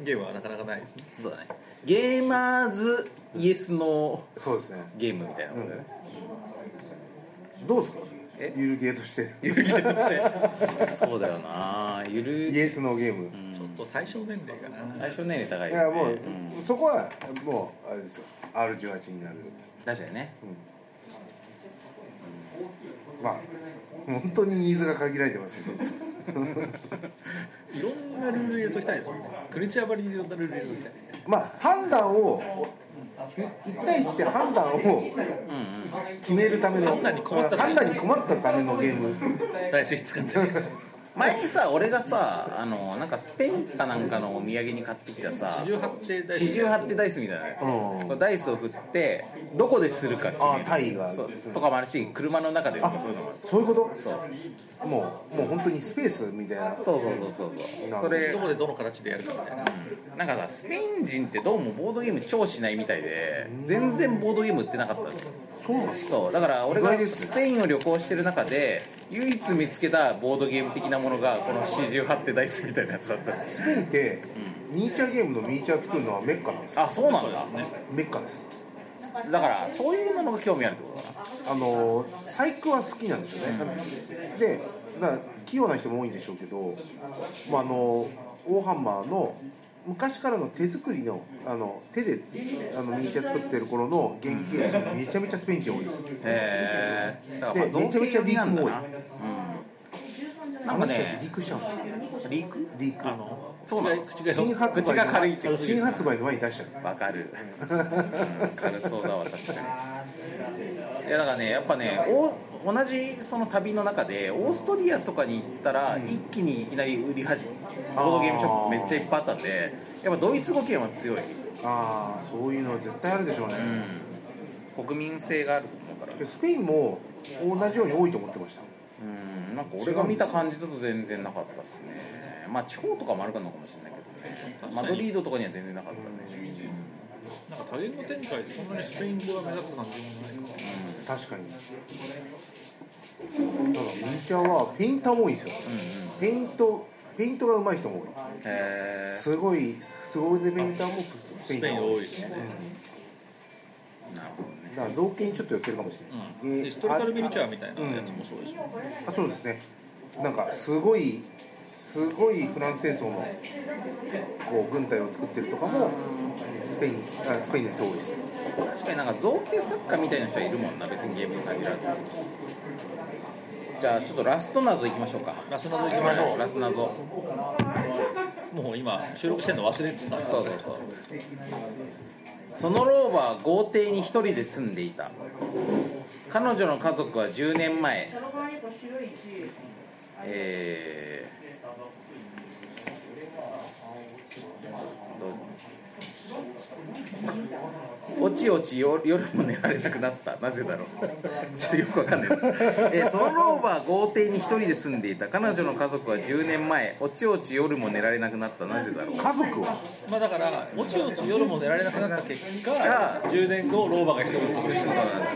Speaker 4: ゲームはなかなかないですね
Speaker 3: そうだねゲーマーズイエスの
Speaker 5: そうですね
Speaker 3: ゲームみたいなことだね、
Speaker 5: どうですか
Speaker 3: え
Speaker 5: ゆるゲーとして
Speaker 4: 有限として
Speaker 3: そうだよなゆる
Speaker 5: イエスのゲーム、
Speaker 4: ちょっと対象年齢かな
Speaker 3: 対象年齢高い
Speaker 5: いや
Speaker 3: よね
Speaker 5: もう、
Speaker 3: ん
Speaker 5: そこはもうあれですよ R18 になる
Speaker 3: 確かにね
Speaker 5: まあ本当にニーズが限られてますけど
Speaker 4: いろんなルール入れときたいですよねクルチャーバリにいろんなルール入れときたい
Speaker 5: まあ判断を1対1で判断を決めるための
Speaker 4: 判断に困った
Speaker 5: 判断に困ったためのゲ ーム
Speaker 4: 大使使って
Speaker 3: 前にさ俺がさあのなんかスペインかなんかのお土産に買ってきたさ
Speaker 4: 四十八って大
Speaker 3: 四十八手ダイスみたいな
Speaker 5: うん
Speaker 3: ダイスを振ってどこでするかっていう
Speaker 5: ああタイが
Speaker 3: そうとかもあるし車の中でと
Speaker 5: あ
Speaker 3: かそういうのもある
Speaker 5: そういうこともうもう本当にスペースみたいな
Speaker 3: そうそうそうそうそうそれ
Speaker 4: どこでどの形でやるかみたいな
Speaker 3: なんかさスペイン人ってどうもボードゲーム超しないみたいで全然ボードゲーム売ってなかったんです
Speaker 5: そうなんです
Speaker 3: そうだから俺
Speaker 5: 意
Speaker 3: が
Speaker 5: 外ですね
Speaker 3: スペインを旅行してる中で唯一見つけたボードゲーム的なものがこの48手ダイスみたいなやつだったんです
Speaker 5: スペインってミニチュアゲームのミニチュア作るのはメッカなんですよ
Speaker 3: あそうなんだ
Speaker 5: メッカです
Speaker 3: だからそういうものが興味あるってことだな
Speaker 5: あの細工は好きなんですよね、でだから器用な人も多いんでしょうけど、まあ、あの大ハンマーの昔からの手作りのあの手であのミニチュア作ってる頃の原型紙めちゃめちゃスペイン人多いです
Speaker 3: へえだからまあ
Speaker 5: で
Speaker 3: 造形
Speaker 5: めちゃめちゃリークも多い
Speaker 3: なんだな
Speaker 5: あ
Speaker 3: うん、な
Speaker 5: の
Speaker 3: んか
Speaker 5: 人たち
Speaker 3: ね
Speaker 5: リークしちゃうんですよ
Speaker 3: リーク
Speaker 5: リーク
Speaker 4: あの
Speaker 3: そうなの
Speaker 4: 口が
Speaker 5: 新
Speaker 4: 口が
Speaker 5: 発売
Speaker 3: 口が軽いって
Speaker 5: の新発売の前に出しちゃう
Speaker 3: わか る、うん軽そうだわ確かにいやだからねやっぱねお同じその旅の中でオーストリアとかに行ったら、一気にいきなり売り始めボードゲームショップめっちゃいっぱいあったんでやっぱドイツ語圏は強い、
Speaker 5: ああそういうのは絶対あるでしょうね、
Speaker 3: うん、国民性があると思うから
Speaker 5: でスペインも同じように多いと思ってました
Speaker 3: うんなんか俺が見た感じだと全然なかったっすねまあ地方とかもあるかのかもしれないけどねマドリードとかには全然なかったね、
Speaker 4: なんか多言語展開でそんなにスペイン語が目立つ感じもない
Speaker 5: 確かにただミニチュアはペインターも多いんですよ、ペイントペイントが上手い人も多い
Speaker 3: へ
Speaker 5: すごいすご腕ペインターもスペイ
Speaker 4: ス
Speaker 5: ン
Speaker 4: ペ
Speaker 5: タ
Speaker 4: インが
Speaker 5: ーも
Speaker 4: 多
Speaker 5: 多い
Speaker 4: いですね
Speaker 3: えなるほどね
Speaker 5: だから造形にちょっと寄ってるかもしれない、
Speaker 4: うんヒ
Speaker 5: で
Speaker 4: ストリカルミニチュアみたいな
Speaker 5: うん
Speaker 4: やつもそうですよ
Speaker 5: あそうですねなんかすごいすごいフランス戦争のこう軍隊を作ってるとかもスペインあスペインの人多いです
Speaker 3: 確かになんか造形作家みたいな人はいるもんな別にゲームに限らずじゃあちょっとラスト謎いきましょうか
Speaker 4: ラスナド行きましょ
Speaker 3: ラス謎
Speaker 4: うもう今収録してるの忘れてた
Speaker 3: そうそうそうその老婆は豪邸に一人で住んでいた彼女の家族は10年前えーどうおちおちよ夜も寝られなくなったなぜだろう ちょっとよくわかんない、えーその老婆は豪邸に一人で住んでいた彼女の家族は10年前おちおち夜も寝られなくなったなぜだろう
Speaker 5: 家族は
Speaker 4: まあだからもちもち夜も寝られなくなった結果10年後老婆が一人で卒業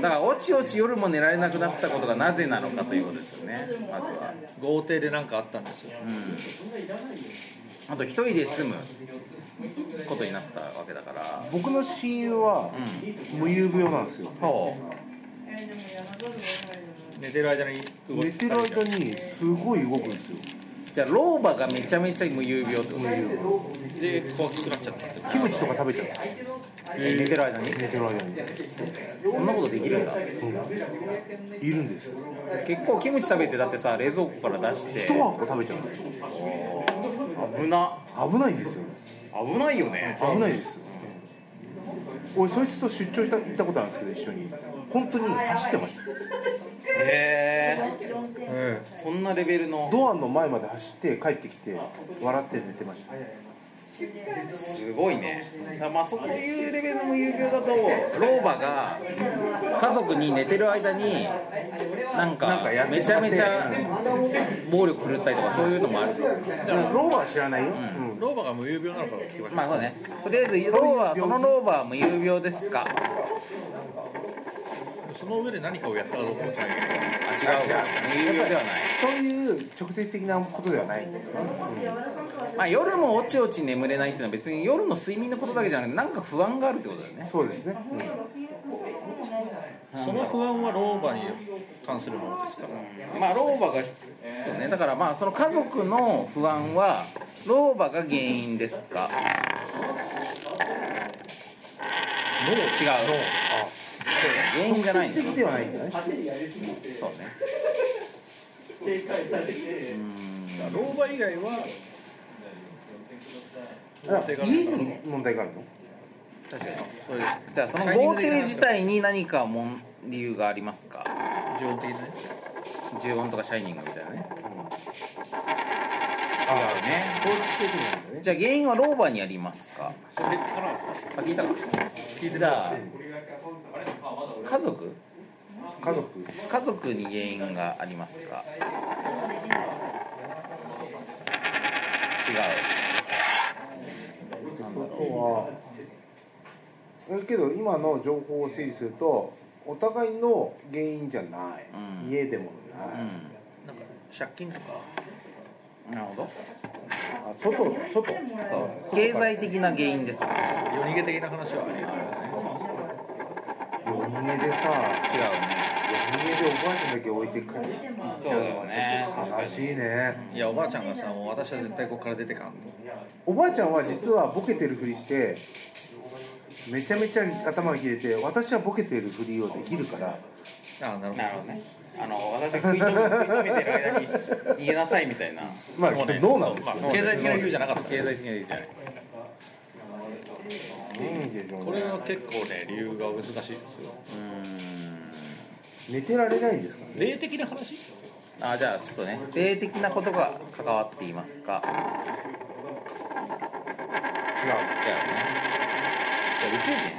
Speaker 3: だからおちおち夜も寝られなくなったことがなぜなのかということですよねまずは
Speaker 4: 豪邸で何かあったんですよ
Speaker 3: あと一人で住むことになったわけだから
Speaker 5: 僕の親友は無遊病なんですよ
Speaker 3: ほ
Speaker 4: 寝てる間に動
Speaker 5: 寝
Speaker 4: い
Speaker 5: て
Speaker 4: て
Speaker 5: る
Speaker 4: た
Speaker 5: 間にすごい動くんですよ
Speaker 3: うじゃあ老婆がめちゃめちゃ無遊病ってこと
Speaker 5: 無遊病
Speaker 4: で大きくなっちゃったって
Speaker 5: キムチとか食べちゃうんですよ
Speaker 3: 寝てる間に
Speaker 5: 寝てる間に
Speaker 3: そんなことできるんだ
Speaker 5: いるんですよ
Speaker 3: 結構キムチ食べてだってさ冷蔵庫から出して
Speaker 5: 一箱食べちゃうんですよ
Speaker 3: 危な
Speaker 5: 危ないんですよ
Speaker 3: 危ないよね
Speaker 5: 危ないです俺そいつと出張した行ったことあるんですけど一緒に本当に走ってました
Speaker 3: へえそんなレベルの
Speaker 5: ドアの前まで走って帰ってきて笑って寝てました
Speaker 3: すごいねだからまあそういうレベルの有病だと老婆が家族に寝てる間になん
Speaker 5: なん
Speaker 3: か
Speaker 5: かやって
Speaker 3: め
Speaker 5: し
Speaker 3: ち
Speaker 5: ま
Speaker 3: ゃ
Speaker 5: って
Speaker 3: めちゃ暴力振るったりとかそういうのもある
Speaker 5: ローは知らないよ、うん
Speaker 4: 老婆が無遊病なのか聞きましょ
Speaker 3: まあそうねとりあえず老婆その老婆は無有病ですか
Speaker 4: うその上で何かをやったらどうかわからないけど
Speaker 3: あ違う有料ではない
Speaker 5: そういう直接的なことではないんだよね、
Speaker 3: まあ、夜もおちおち眠れないっていうのは別に夜の睡眠のことだけじゃなくてなんか不安があるってことだよね
Speaker 5: そうですね、うん
Speaker 4: その不安は老婆に関するものですから
Speaker 3: まあ老婆がそうねだからまあその家族の不安は老婆が原因ですか
Speaker 4: 脳違う
Speaker 3: 原因じゃないんだ
Speaker 5: 直接的ではないんだよね
Speaker 3: そうね
Speaker 4: 老婆以外は
Speaker 5: だから家に問題があるの
Speaker 3: 確かにそれですじゃあその豪邸自体に何かもん理由がありますか
Speaker 4: 情的なね
Speaker 3: 十音とかシャイニングみたいなね
Speaker 5: ああね統治的なんだよね
Speaker 3: じゃあ原因は老婆にありますか
Speaker 4: それから
Speaker 3: あ聞いたかじゃあ家族
Speaker 5: 家族
Speaker 3: 家族に原因がありますか違う
Speaker 5: ことはえけど今の情報を整理するとお互いの原因じゃない、
Speaker 3: うん
Speaker 5: 家でもない、
Speaker 4: なんか借金とか
Speaker 3: うんなるほど
Speaker 5: あ外外
Speaker 3: そう経済的な原因ですか
Speaker 4: 夜逃げ的な話はあります
Speaker 5: 夜逃げでさ
Speaker 3: 違うね
Speaker 5: 夜逃げでおばあちゃんだけ置いてくる
Speaker 3: そうだよね
Speaker 5: 悲しいね
Speaker 4: ねいやおばあちゃんがさもう私は絶対ここから出てかんと
Speaker 5: おばあちゃんは実はボケてるふりしてめちゃめちゃ頭が切れて私はボケてるふりをできるから
Speaker 4: ああなるほど
Speaker 3: なるほどねあの私が食い止め食い止めてる間に逃げなさいみたいな
Speaker 5: まあ
Speaker 4: もうね
Speaker 5: 脳なんですよ、
Speaker 4: まあ経済的な理由じゃなかった
Speaker 3: 経済的な理由じゃない
Speaker 5: うんでしょうね
Speaker 4: これは結構ね理由が難しいですよ
Speaker 5: 寝てられないんですかね
Speaker 4: 霊的な話
Speaker 3: あじゃあちょっとね霊的なことが関わっていますか違う違うねじゃあ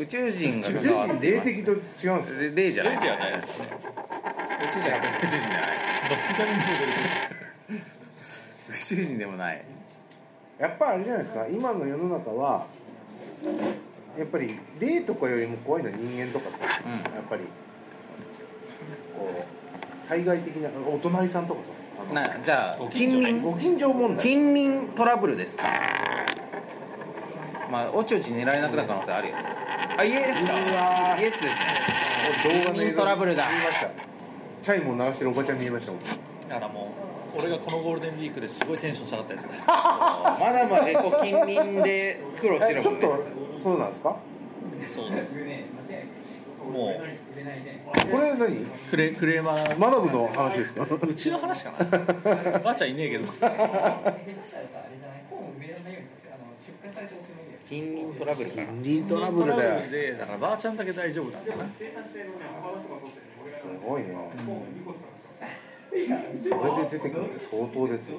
Speaker 3: 宇宙人宇宙人が関わってい
Speaker 5: 霊
Speaker 3: ます
Speaker 5: 的と違うんですよ
Speaker 3: 霊霊じゃない
Speaker 4: 霊ではないですね
Speaker 3: 宇宙人じゃない宇宙人じゃない宇宙人でもない
Speaker 5: やっぱあれじゃないですか今の世の中はやっぱり霊とかよりも怖いのは人間とかさ、
Speaker 3: うん
Speaker 5: やっぱりこう対外的なお隣さんとかさあの
Speaker 3: なじゃあ
Speaker 4: ご
Speaker 3: 近
Speaker 4: 近所ね
Speaker 3: 隣
Speaker 5: ご近所問題
Speaker 3: 近隣トラブルですかまあおちおち狙えなくなる可能性あるよあイエスだ
Speaker 5: わ
Speaker 3: イエスですね
Speaker 5: 動画の
Speaker 3: 近隣トラブルだ
Speaker 5: 見ましたチャイムを鳴らしてるおばちゃん見え ましたもん
Speaker 4: だからもう俺がこのゴールデンウィークですごいテンション下がったやつね
Speaker 3: まだまだこう近隣で苦労して
Speaker 5: え
Speaker 3: る
Speaker 5: ち
Speaker 3: も
Speaker 5: ょ
Speaker 3: ん
Speaker 5: っ
Speaker 3: ね
Speaker 5: とそうなんですか
Speaker 4: そうです も
Speaker 5: これ何
Speaker 4: うクレクレーマー
Speaker 5: マダムの話ですか
Speaker 4: うちの話かな ばあちゃんいねえけど
Speaker 3: 近隣トラブルかな
Speaker 5: 近隣トラブルだよ
Speaker 4: でだからばあちゃんだけ大丈夫なんだな
Speaker 5: すごいね、それで出てくるって相当ですよ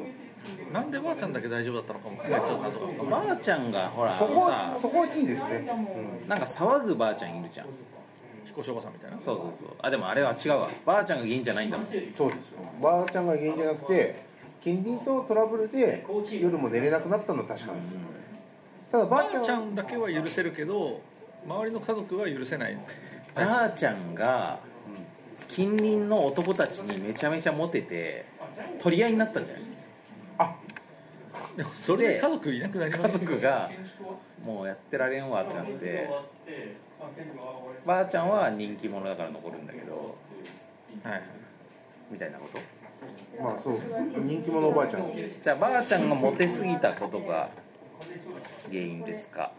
Speaker 4: なんでばあちゃんだけ大丈夫だったのかも含めてちょっと謎が深まる
Speaker 3: ばあちゃんがほらあ
Speaker 5: そ
Speaker 3: の
Speaker 5: こ
Speaker 3: さ
Speaker 5: はそこはいいですね、
Speaker 3: なんか騒ぐばあちゃんいるじゃん
Speaker 4: 彦おばさんみたいな
Speaker 3: そうそうそうあでもあれは違うわばあちゃんが原因じゃないんだもん
Speaker 5: うんそうですよばあちゃんが原因じゃなくて近隣とトラブルで夜も寝れなくなったのは確かですよただば
Speaker 4: ば
Speaker 5: あちゃ
Speaker 4: あ
Speaker 5: ん
Speaker 4: ちゃんだけは許せるけど周りの家族は許せない
Speaker 3: ばあちゃんが近隣の男たちにめちゃめちゃモテて取り合いになったんじゃない
Speaker 4: でもそれで家族いなくなり
Speaker 3: 家
Speaker 4: ます
Speaker 3: 族がもうやってられんわってなってばあちゃんは人気者だから残るんだけど
Speaker 4: はい
Speaker 3: みたいなこと
Speaker 5: まあそうです人気者おばあちゃん
Speaker 3: じゃあばあちゃんがモテすぎたことが原因ですか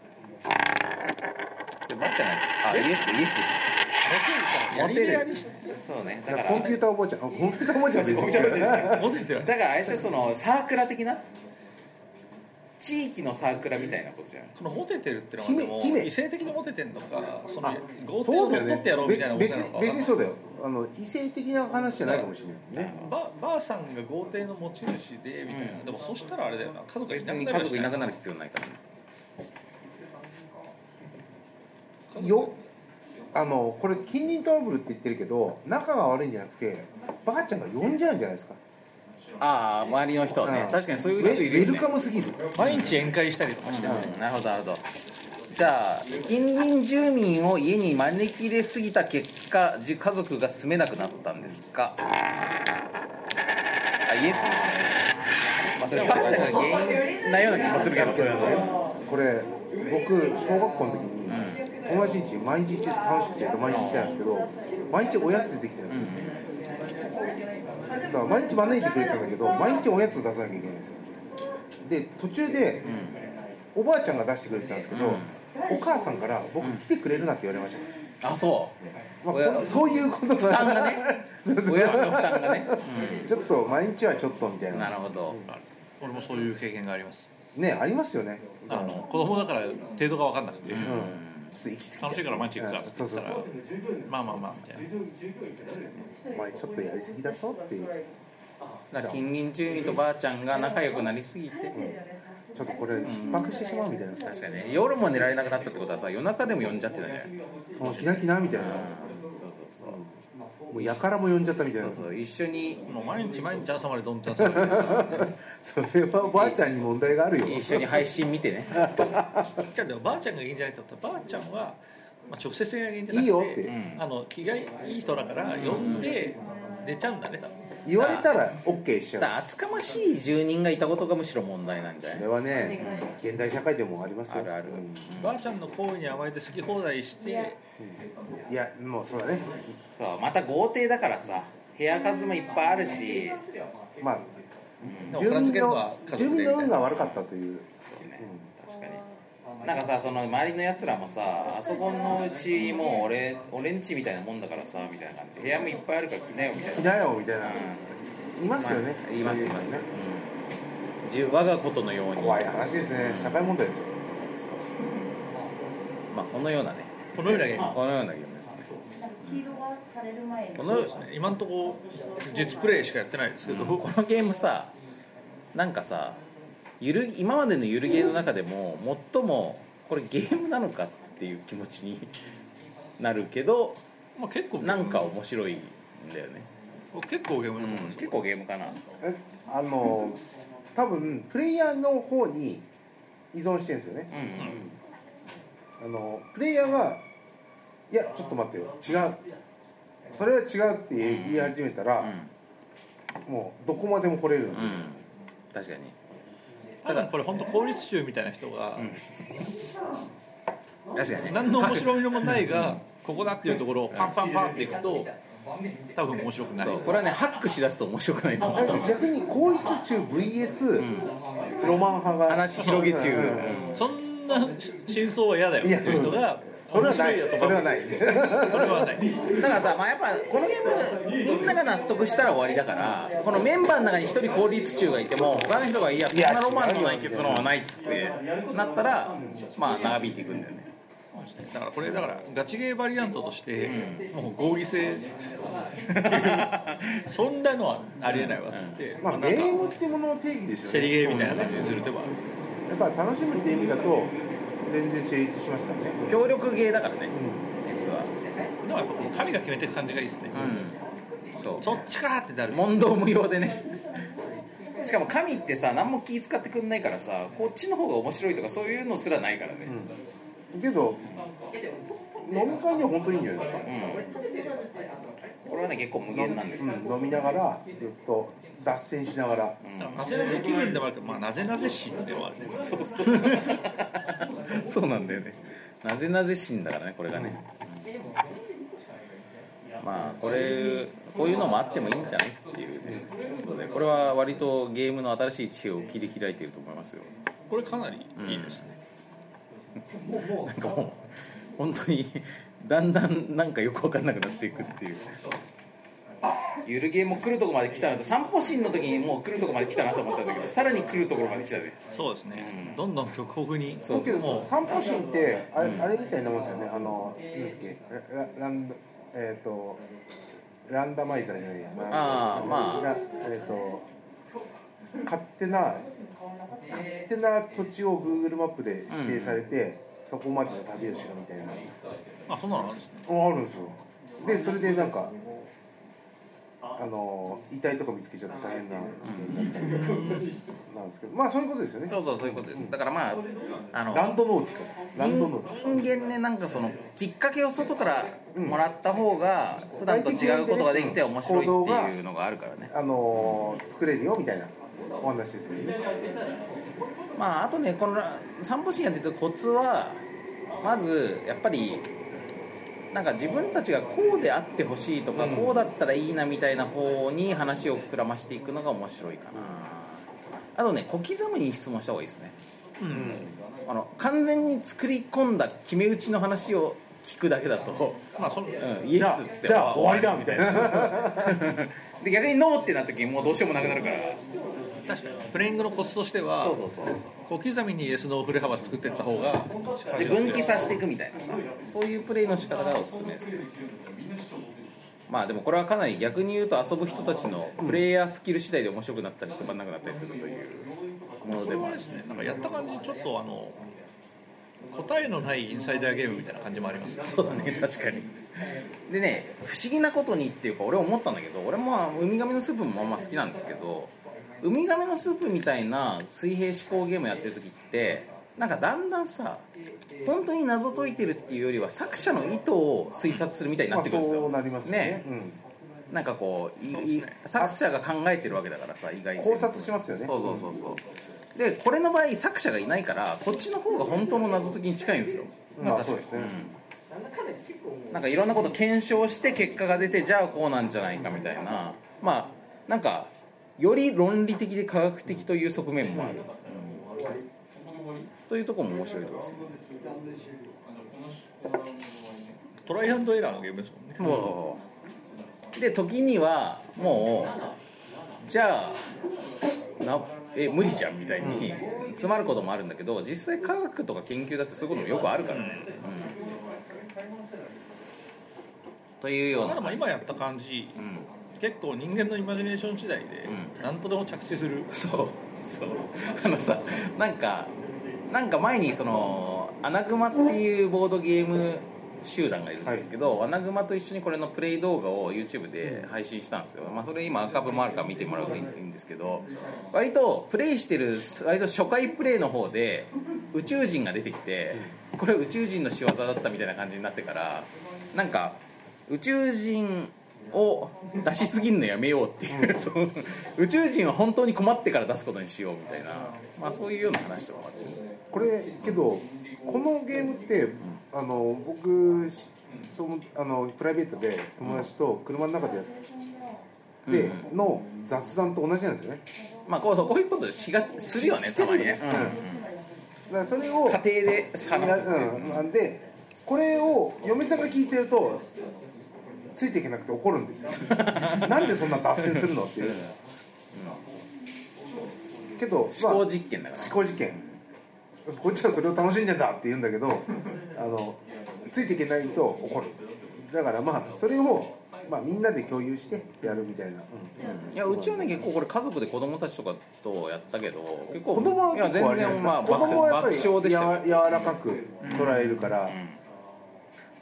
Speaker 3: そればあちゃんがあイエスイエス
Speaker 4: やりやりし
Speaker 3: ですそうねだか
Speaker 5: だから
Speaker 3: ら
Speaker 5: コンピューターおばあちゃんあコンピューターおばあちゃんですよ
Speaker 4: モテてる
Speaker 3: だからあれでしょそのサークラ的な地域のサークラみたいなことじゃない
Speaker 4: このモテてるってのはでも
Speaker 5: 姫姫
Speaker 4: 異性的にモテてんのかその
Speaker 5: あ
Speaker 4: 豪邸
Speaker 5: そ
Speaker 4: を
Speaker 5: うだよ
Speaker 4: 乗っ取
Speaker 5: ね
Speaker 4: ってやろうみたいなモテ
Speaker 5: 別
Speaker 4: なのか
Speaker 5: 別
Speaker 4: 分かんな
Speaker 5: 別に
Speaker 4: い
Speaker 5: そうだよあの異性的な話じゃないかもしれないね
Speaker 4: ばばあさんが豪邸の持ち主でみたいな、でもそしたらあれだよな家族がい
Speaker 3: 別
Speaker 4: なく
Speaker 3: に
Speaker 4: なる
Speaker 3: 家族いなくな
Speaker 4: る
Speaker 3: る必要ないからね
Speaker 5: よあのこれ近隣トラブルって言ってるけど仲が悪いんじゃなくてばあちゃんが呼んじゃうんじゃないですか
Speaker 3: ああ周りの人はね
Speaker 5: うん
Speaker 3: 確かにそう
Speaker 5: ウ
Speaker 3: いう
Speaker 5: ェ
Speaker 3: 人いる
Speaker 5: ウェ
Speaker 3: よ
Speaker 5: ル
Speaker 3: ね
Speaker 5: カムすぎる
Speaker 4: 毎日宴会したりとかして、
Speaker 3: うんなるほどなるほどじゃあ近隣住民を家に招き入れすぎた結果じ家族が住めなくなったんですかあイエスまあそれパンダが原因なような気もするけどそれはね
Speaker 5: これ僕小学校の時に友達ん家毎日行って楽しくて毎日行ってたんですけど毎日おやつ出てきてたんですよ、だから毎日招いてくれたんだけど毎日おやつ出さなきゃいけないんですよで途中で、おばあちゃんが出してくれてたんですけど、お母さんから僕来てくれるなって言われました、
Speaker 3: あそ
Speaker 5: まあ
Speaker 3: 親
Speaker 5: こうそういうこと負
Speaker 3: 担がねうおやつの負担がね、
Speaker 5: ちょっと毎日はちょっとみたい
Speaker 3: うん
Speaker 5: な
Speaker 3: なるほど
Speaker 4: 俺もそういう経験があります
Speaker 5: ねありますよね
Speaker 4: あの子供だから程度が分かんなくて、
Speaker 5: うんちょっと行き過ぎち
Speaker 4: 楽し
Speaker 5: ゃう
Speaker 4: いから毎日行くかって言
Speaker 5: そう
Speaker 4: って
Speaker 5: そ
Speaker 4: た
Speaker 5: うそ
Speaker 4: ら
Speaker 5: う
Speaker 4: まあまあまあみたいな
Speaker 5: お前ちょっとやりすぎだぞっていう
Speaker 3: だから近隣住民とばあちゃんが仲良くなりすぎて、
Speaker 5: ちょっとこれ逼迫してしまうみたいな、
Speaker 3: 確かにね夜も寝られなくなったってことはさ夜中でも呼んじゃってたね
Speaker 5: もうキナキナみたいな、
Speaker 3: そうそう
Speaker 5: もうやからも呼んじゃったみたい
Speaker 3: そ
Speaker 5: な
Speaker 3: うそうそう一緒に
Speaker 4: もう毎日毎日朝までどんちゃん騒ぎでさ
Speaker 5: それはおばあちゃんに問題があるよ
Speaker 3: 一緒に配信見て ね
Speaker 4: いやでもばあちゃんが原因じゃない人だったらばあちゃんは、まあ、直接的な原因じゃなくて
Speaker 5: いいよって
Speaker 3: ん
Speaker 4: あの気がいい人だから呼んで出ちゃうんだね多分
Speaker 5: 言われたら OK しち
Speaker 3: だ
Speaker 5: ゃ
Speaker 3: から
Speaker 5: う
Speaker 3: 厚かましい住人がいたことがむしろ問題なんじゃ
Speaker 5: そ
Speaker 3: ない
Speaker 5: れはね現代社会でもありますよ
Speaker 3: あるある
Speaker 5: うん
Speaker 4: ばあちゃんの行為に甘えて好き放題して
Speaker 5: いやもうそうだね
Speaker 3: そうまた豪邸だからさ部屋数もいっぱいあるし
Speaker 5: まあ
Speaker 4: でも
Speaker 5: 住
Speaker 4: 片付
Speaker 5: 民
Speaker 4: けるのは
Speaker 5: の
Speaker 4: 家族
Speaker 5: 住
Speaker 4: でみ
Speaker 5: 民
Speaker 4: たい
Speaker 5: の
Speaker 4: な
Speaker 5: 運が悪かったという
Speaker 3: そうね確かになんかさその周りのやつらもさあそこのうちもう俺俺んちみたいなもんだからさみたいな感じで部屋もいっぱいあるから来なよみたい
Speaker 5: 「い
Speaker 3: な
Speaker 5: なよ」みたいな、いますよね、
Speaker 3: まあいます
Speaker 5: そう
Speaker 3: いう
Speaker 5: の
Speaker 3: ま
Speaker 5: ね
Speaker 3: す、じゅ我がことのように
Speaker 5: 怖い話ですね社会問題ですよ
Speaker 3: まあこのようなね
Speaker 4: このような原因
Speaker 3: このようなゲームですね
Speaker 1: 黄色がされる前に
Speaker 3: こ
Speaker 4: そ
Speaker 3: の
Speaker 4: うですね今のところ実プレイしかやってないですけど、
Speaker 3: このゲームさなんかさゆる今までのゆるゲーの中でも最もこれゲームなのかっていう気持ちに なるけど
Speaker 4: まあ、結構
Speaker 3: なんか面白いんだよね、
Speaker 4: 結構ゲームだと思うんです
Speaker 3: 結
Speaker 4: よ、
Speaker 3: 構ゲームかな
Speaker 5: えあの多分プレイヤーの方に依存してるんですよね
Speaker 3: うんうん
Speaker 5: あのプレイヤーが「いやちょっと待ってよ違うそれは違う」って言い始めたら、もうどこまでも掘れる
Speaker 3: うん、うん、確かに
Speaker 4: 多分これ本当効率集みたいな人が、
Speaker 3: 確かにね
Speaker 4: 何の面白みもないがここだっていうところをパンパンパンっていくと多分面白くない
Speaker 3: そうこれはねハックしだすと面白くないと思
Speaker 5: だ
Speaker 3: う
Speaker 5: か
Speaker 3: と
Speaker 5: ら逆に効率中 VS、ロマン派が
Speaker 3: 話広げ中、
Speaker 5: うん
Speaker 4: そんな真相は嫌だよっていう人が
Speaker 5: それはない
Speaker 4: 面白
Speaker 5: それはないい
Speaker 4: やつこれはない
Speaker 3: だからさ、まあ、やっぱこのゲームみんなが納得したら終わりだからこのメンバーの中に一人効率中がいても他の人が「いやそんなロマンのない結論はない」っつってなったらまあ長引いていくんだよね
Speaker 4: だからこれだからガチゲーバリアントとしてもう合議制 そんなのはありえないわっつって
Speaker 5: ま
Speaker 4: な
Speaker 5: あ
Speaker 4: んか
Speaker 5: ゲームってものの定義ですよね
Speaker 4: セリゲーみたいな感じにする手もある
Speaker 5: やっぱ楽しむって意味だと全然成立しますからね、
Speaker 3: 協力ゲーだからね
Speaker 5: う
Speaker 3: 実は
Speaker 4: でもやっぱこの神が決めていく感じがいいですね
Speaker 3: うんそ
Speaker 4: そっちかってな
Speaker 3: う
Speaker 4: る
Speaker 3: 問答無用でねしかも神ってさ何も気使ってくんないからさこっちの方が面白いとかそういうのすらないからね
Speaker 5: ん、けど飲み会には本当にいいんじゃないですか
Speaker 3: これはね結構無限なんですよ
Speaker 5: うん飲みながらずっと脱線しながら
Speaker 4: なぜなぜ気分でもあるけど、まあ、なぜなぜしでもあるね
Speaker 3: そうそう そうなんだよねなぜなぜ心だからねこれがねまあこれこういうのもあってもいいんじゃないっていうねことでこれは割とゲームの新しい地平を切り開いていると思いますよ
Speaker 4: これかなりいいですね、
Speaker 3: なんかもう本当にだんだんなんかよく分かんなくなっていくっていうゆるゲーム来るとこまで来たなと散歩シーンの時にもう来るとこまで来たなと思ったんだけどさらに来るところまで来たね
Speaker 4: そうですねどんどん極北に
Speaker 5: だけど
Speaker 4: も
Speaker 5: さ散歩シーンってあれ,、あれみたいなもんですよねあのなんだっけララランドえっ、とランダマイザーじゃないや
Speaker 3: あーまあ
Speaker 5: ラえっ、と勝手な勝手な土地を Google マップで指定されて、そこまでの旅をしろみたいな
Speaker 4: うあそんなのあるんですね
Speaker 5: ああるんですよでそれでなんかあの遺体とか見つけちゃって大変な事件になったりとか、まあなんですけどまあそういうことですよね
Speaker 3: そうそうそういうことですだからまああの
Speaker 5: ランドノーティカランドノーティ
Speaker 3: 人間ねなんかそのきっかけを外からもらった方が普段と違うことができて面白いっていうのがあるからね
Speaker 5: カあのー作れるよみたいなお話ですよね
Speaker 3: まああとねこの散歩シーンやっててコツはまずやっぱりなんか自分たちがこうであってほしいとか、こうだったらいいなみたいな方に話を膨らましていくのが面白いかな、あとね小刻みに質問した方がいいですねあの完全に作り込んだ決め打ちの話を聞くだけだと、
Speaker 4: まあその
Speaker 3: うん、イエス
Speaker 5: じゃ
Speaker 3: っつっ
Speaker 5: あ
Speaker 3: て
Speaker 5: じゃあ終わりだみたいな
Speaker 3: で逆にノーってなった時にもうどうしようもなくなるから
Speaker 4: 確かにプレイングのコツとしては
Speaker 3: そうそうそう
Speaker 4: 小刻みにイエスの振れ幅作っていった方が
Speaker 3: で分岐させていくみたいなさそういうプレイの仕方がおすすめですねまあでもこれはかなり逆に言うと遊ぶ人たちのプレイヤースキル次第で面白くなったりつまんなくなったりするというもの
Speaker 4: こ
Speaker 3: で
Speaker 4: れ
Speaker 3: もあ
Speaker 4: は
Speaker 3: る
Speaker 4: で
Speaker 3: し
Speaker 4: すねなんかやった感じちょっとあの答えのないインサイダーゲームみたいな感じもありますね
Speaker 3: そうだね確かにでね不思議なことにっていうか俺思ったんだけど俺もウミガメのスープもまあまあ好きなんですけどウミガメのスープみたいな水平思考ゲームやってる時ってなんかだんだんさ本当に謎解いてるっていうよりは作者の意図を推察するみたいにな
Speaker 5: ま
Speaker 3: っ
Speaker 5: あ
Speaker 3: てくるんですよ、
Speaker 5: そうなりますよねうん
Speaker 3: なんかこういい作者が考えてるわけだからさ意外に
Speaker 5: 考察しますよね
Speaker 3: そうそうそうそうでこれの場合作者がいないからこっちの方が本当の謎解きに近いんですよ
Speaker 5: まあそうですね、
Speaker 3: なんかいろんなこと検証して結果が出てじゃあこうなんじゃないかみたいなまあなんかより論理的で科学的という側面もある、というところも面白いところですね
Speaker 4: トライアンドエラーのゲームですもんね
Speaker 3: もうで時にはもうじゃあなえ無理じゃんみたいに詰まることもあるんだけど実際科学とか研究だってそういうこともよくあるからね、うんというよう
Speaker 4: ただ
Speaker 3: な
Speaker 4: まあ今やった感じ
Speaker 3: うん
Speaker 4: 結構人間のイマジネーション時代で
Speaker 3: う
Speaker 4: 何とでも着地する
Speaker 3: そうそうあのさなんかなんか前にそのアナグマっていうボードゲーム集団がいるんですけど、アナグマと一緒にこれのプレイ動画を YouTube で配信したんですよ、まあ、それ今アーカブもあるから見てもらうといいんですけど割とプレイしてる割と初回プレイの方で宇宙人が出てきてこれ宇宙人の仕業だったみたいな感じになってからなんか宇宙人を出しすぎるのやめようっていう、 その宇宙人は本当に困ってから出すことにしようみたいな、まあ、そういうような話とかもあって
Speaker 5: これけどこのゲームってあの僕しともあのプライベートで友達と車の中でやって、の雑談と同じなんですよね
Speaker 3: まあこうそうこういうことしがするよねたまにね、
Speaker 5: だからそれを
Speaker 3: 家庭で話すっていう、
Speaker 5: うん、なんでこれを嫁さんが聞いてるとついていけなくて怒るん ですよなんでそんな脱線するのっていう、けどまあ
Speaker 3: 思考実験だから、
Speaker 5: 思考実験こっちはそれを楽しんでんだって言うんだけどあのついていけないと怒るだからまあそれを、まあ、みんなで共有してやるみたいな、
Speaker 3: いやうちはね結構これ家族で子供たちとかとやったけど結構
Speaker 5: 子供はい
Speaker 3: や
Speaker 5: 結構
Speaker 3: 全
Speaker 5: あれじゃないで
Speaker 3: 然
Speaker 5: す
Speaker 3: まあ
Speaker 5: か
Speaker 3: 爆
Speaker 5: 子供はやっぱり
Speaker 3: 爆笑でしたよ
Speaker 5: やわ柔らかく捉えるから、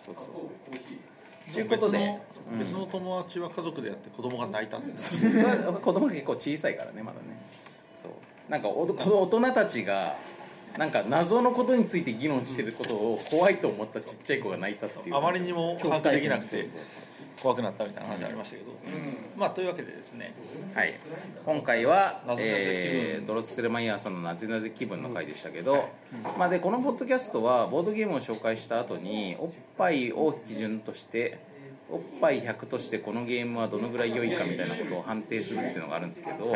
Speaker 3: そうそう
Speaker 4: と
Speaker 3: ということで
Speaker 4: 別の友達は家族でやって子供が泣いたんですね
Speaker 3: それは子供が結構小さいからねまだねそうなんかおこの大人たちがなんか謎のことについて議論してることを怖いと思ったちっちゃい子が泣いたっていう
Speaker 4: あまりにも把握できなくて
Speaker 3: そうそう
Speaker 4: 怖くなったみたいな話ありましたけど、まあというわけでですね
Speaker 3: はい、今回は
Speaker 4: なぜなぜ気分、
Speaker 3: えードロッツェルマイヤーさんの「なぜなぜ気分」の回でしたけど、まあ、でこのポッドキャストはボードゲームを紹介した後におっぱいを基準としておっぱい100としてこのゲームはどのぐらい良いかみたいなことを判定するっていうのがあるんですけど、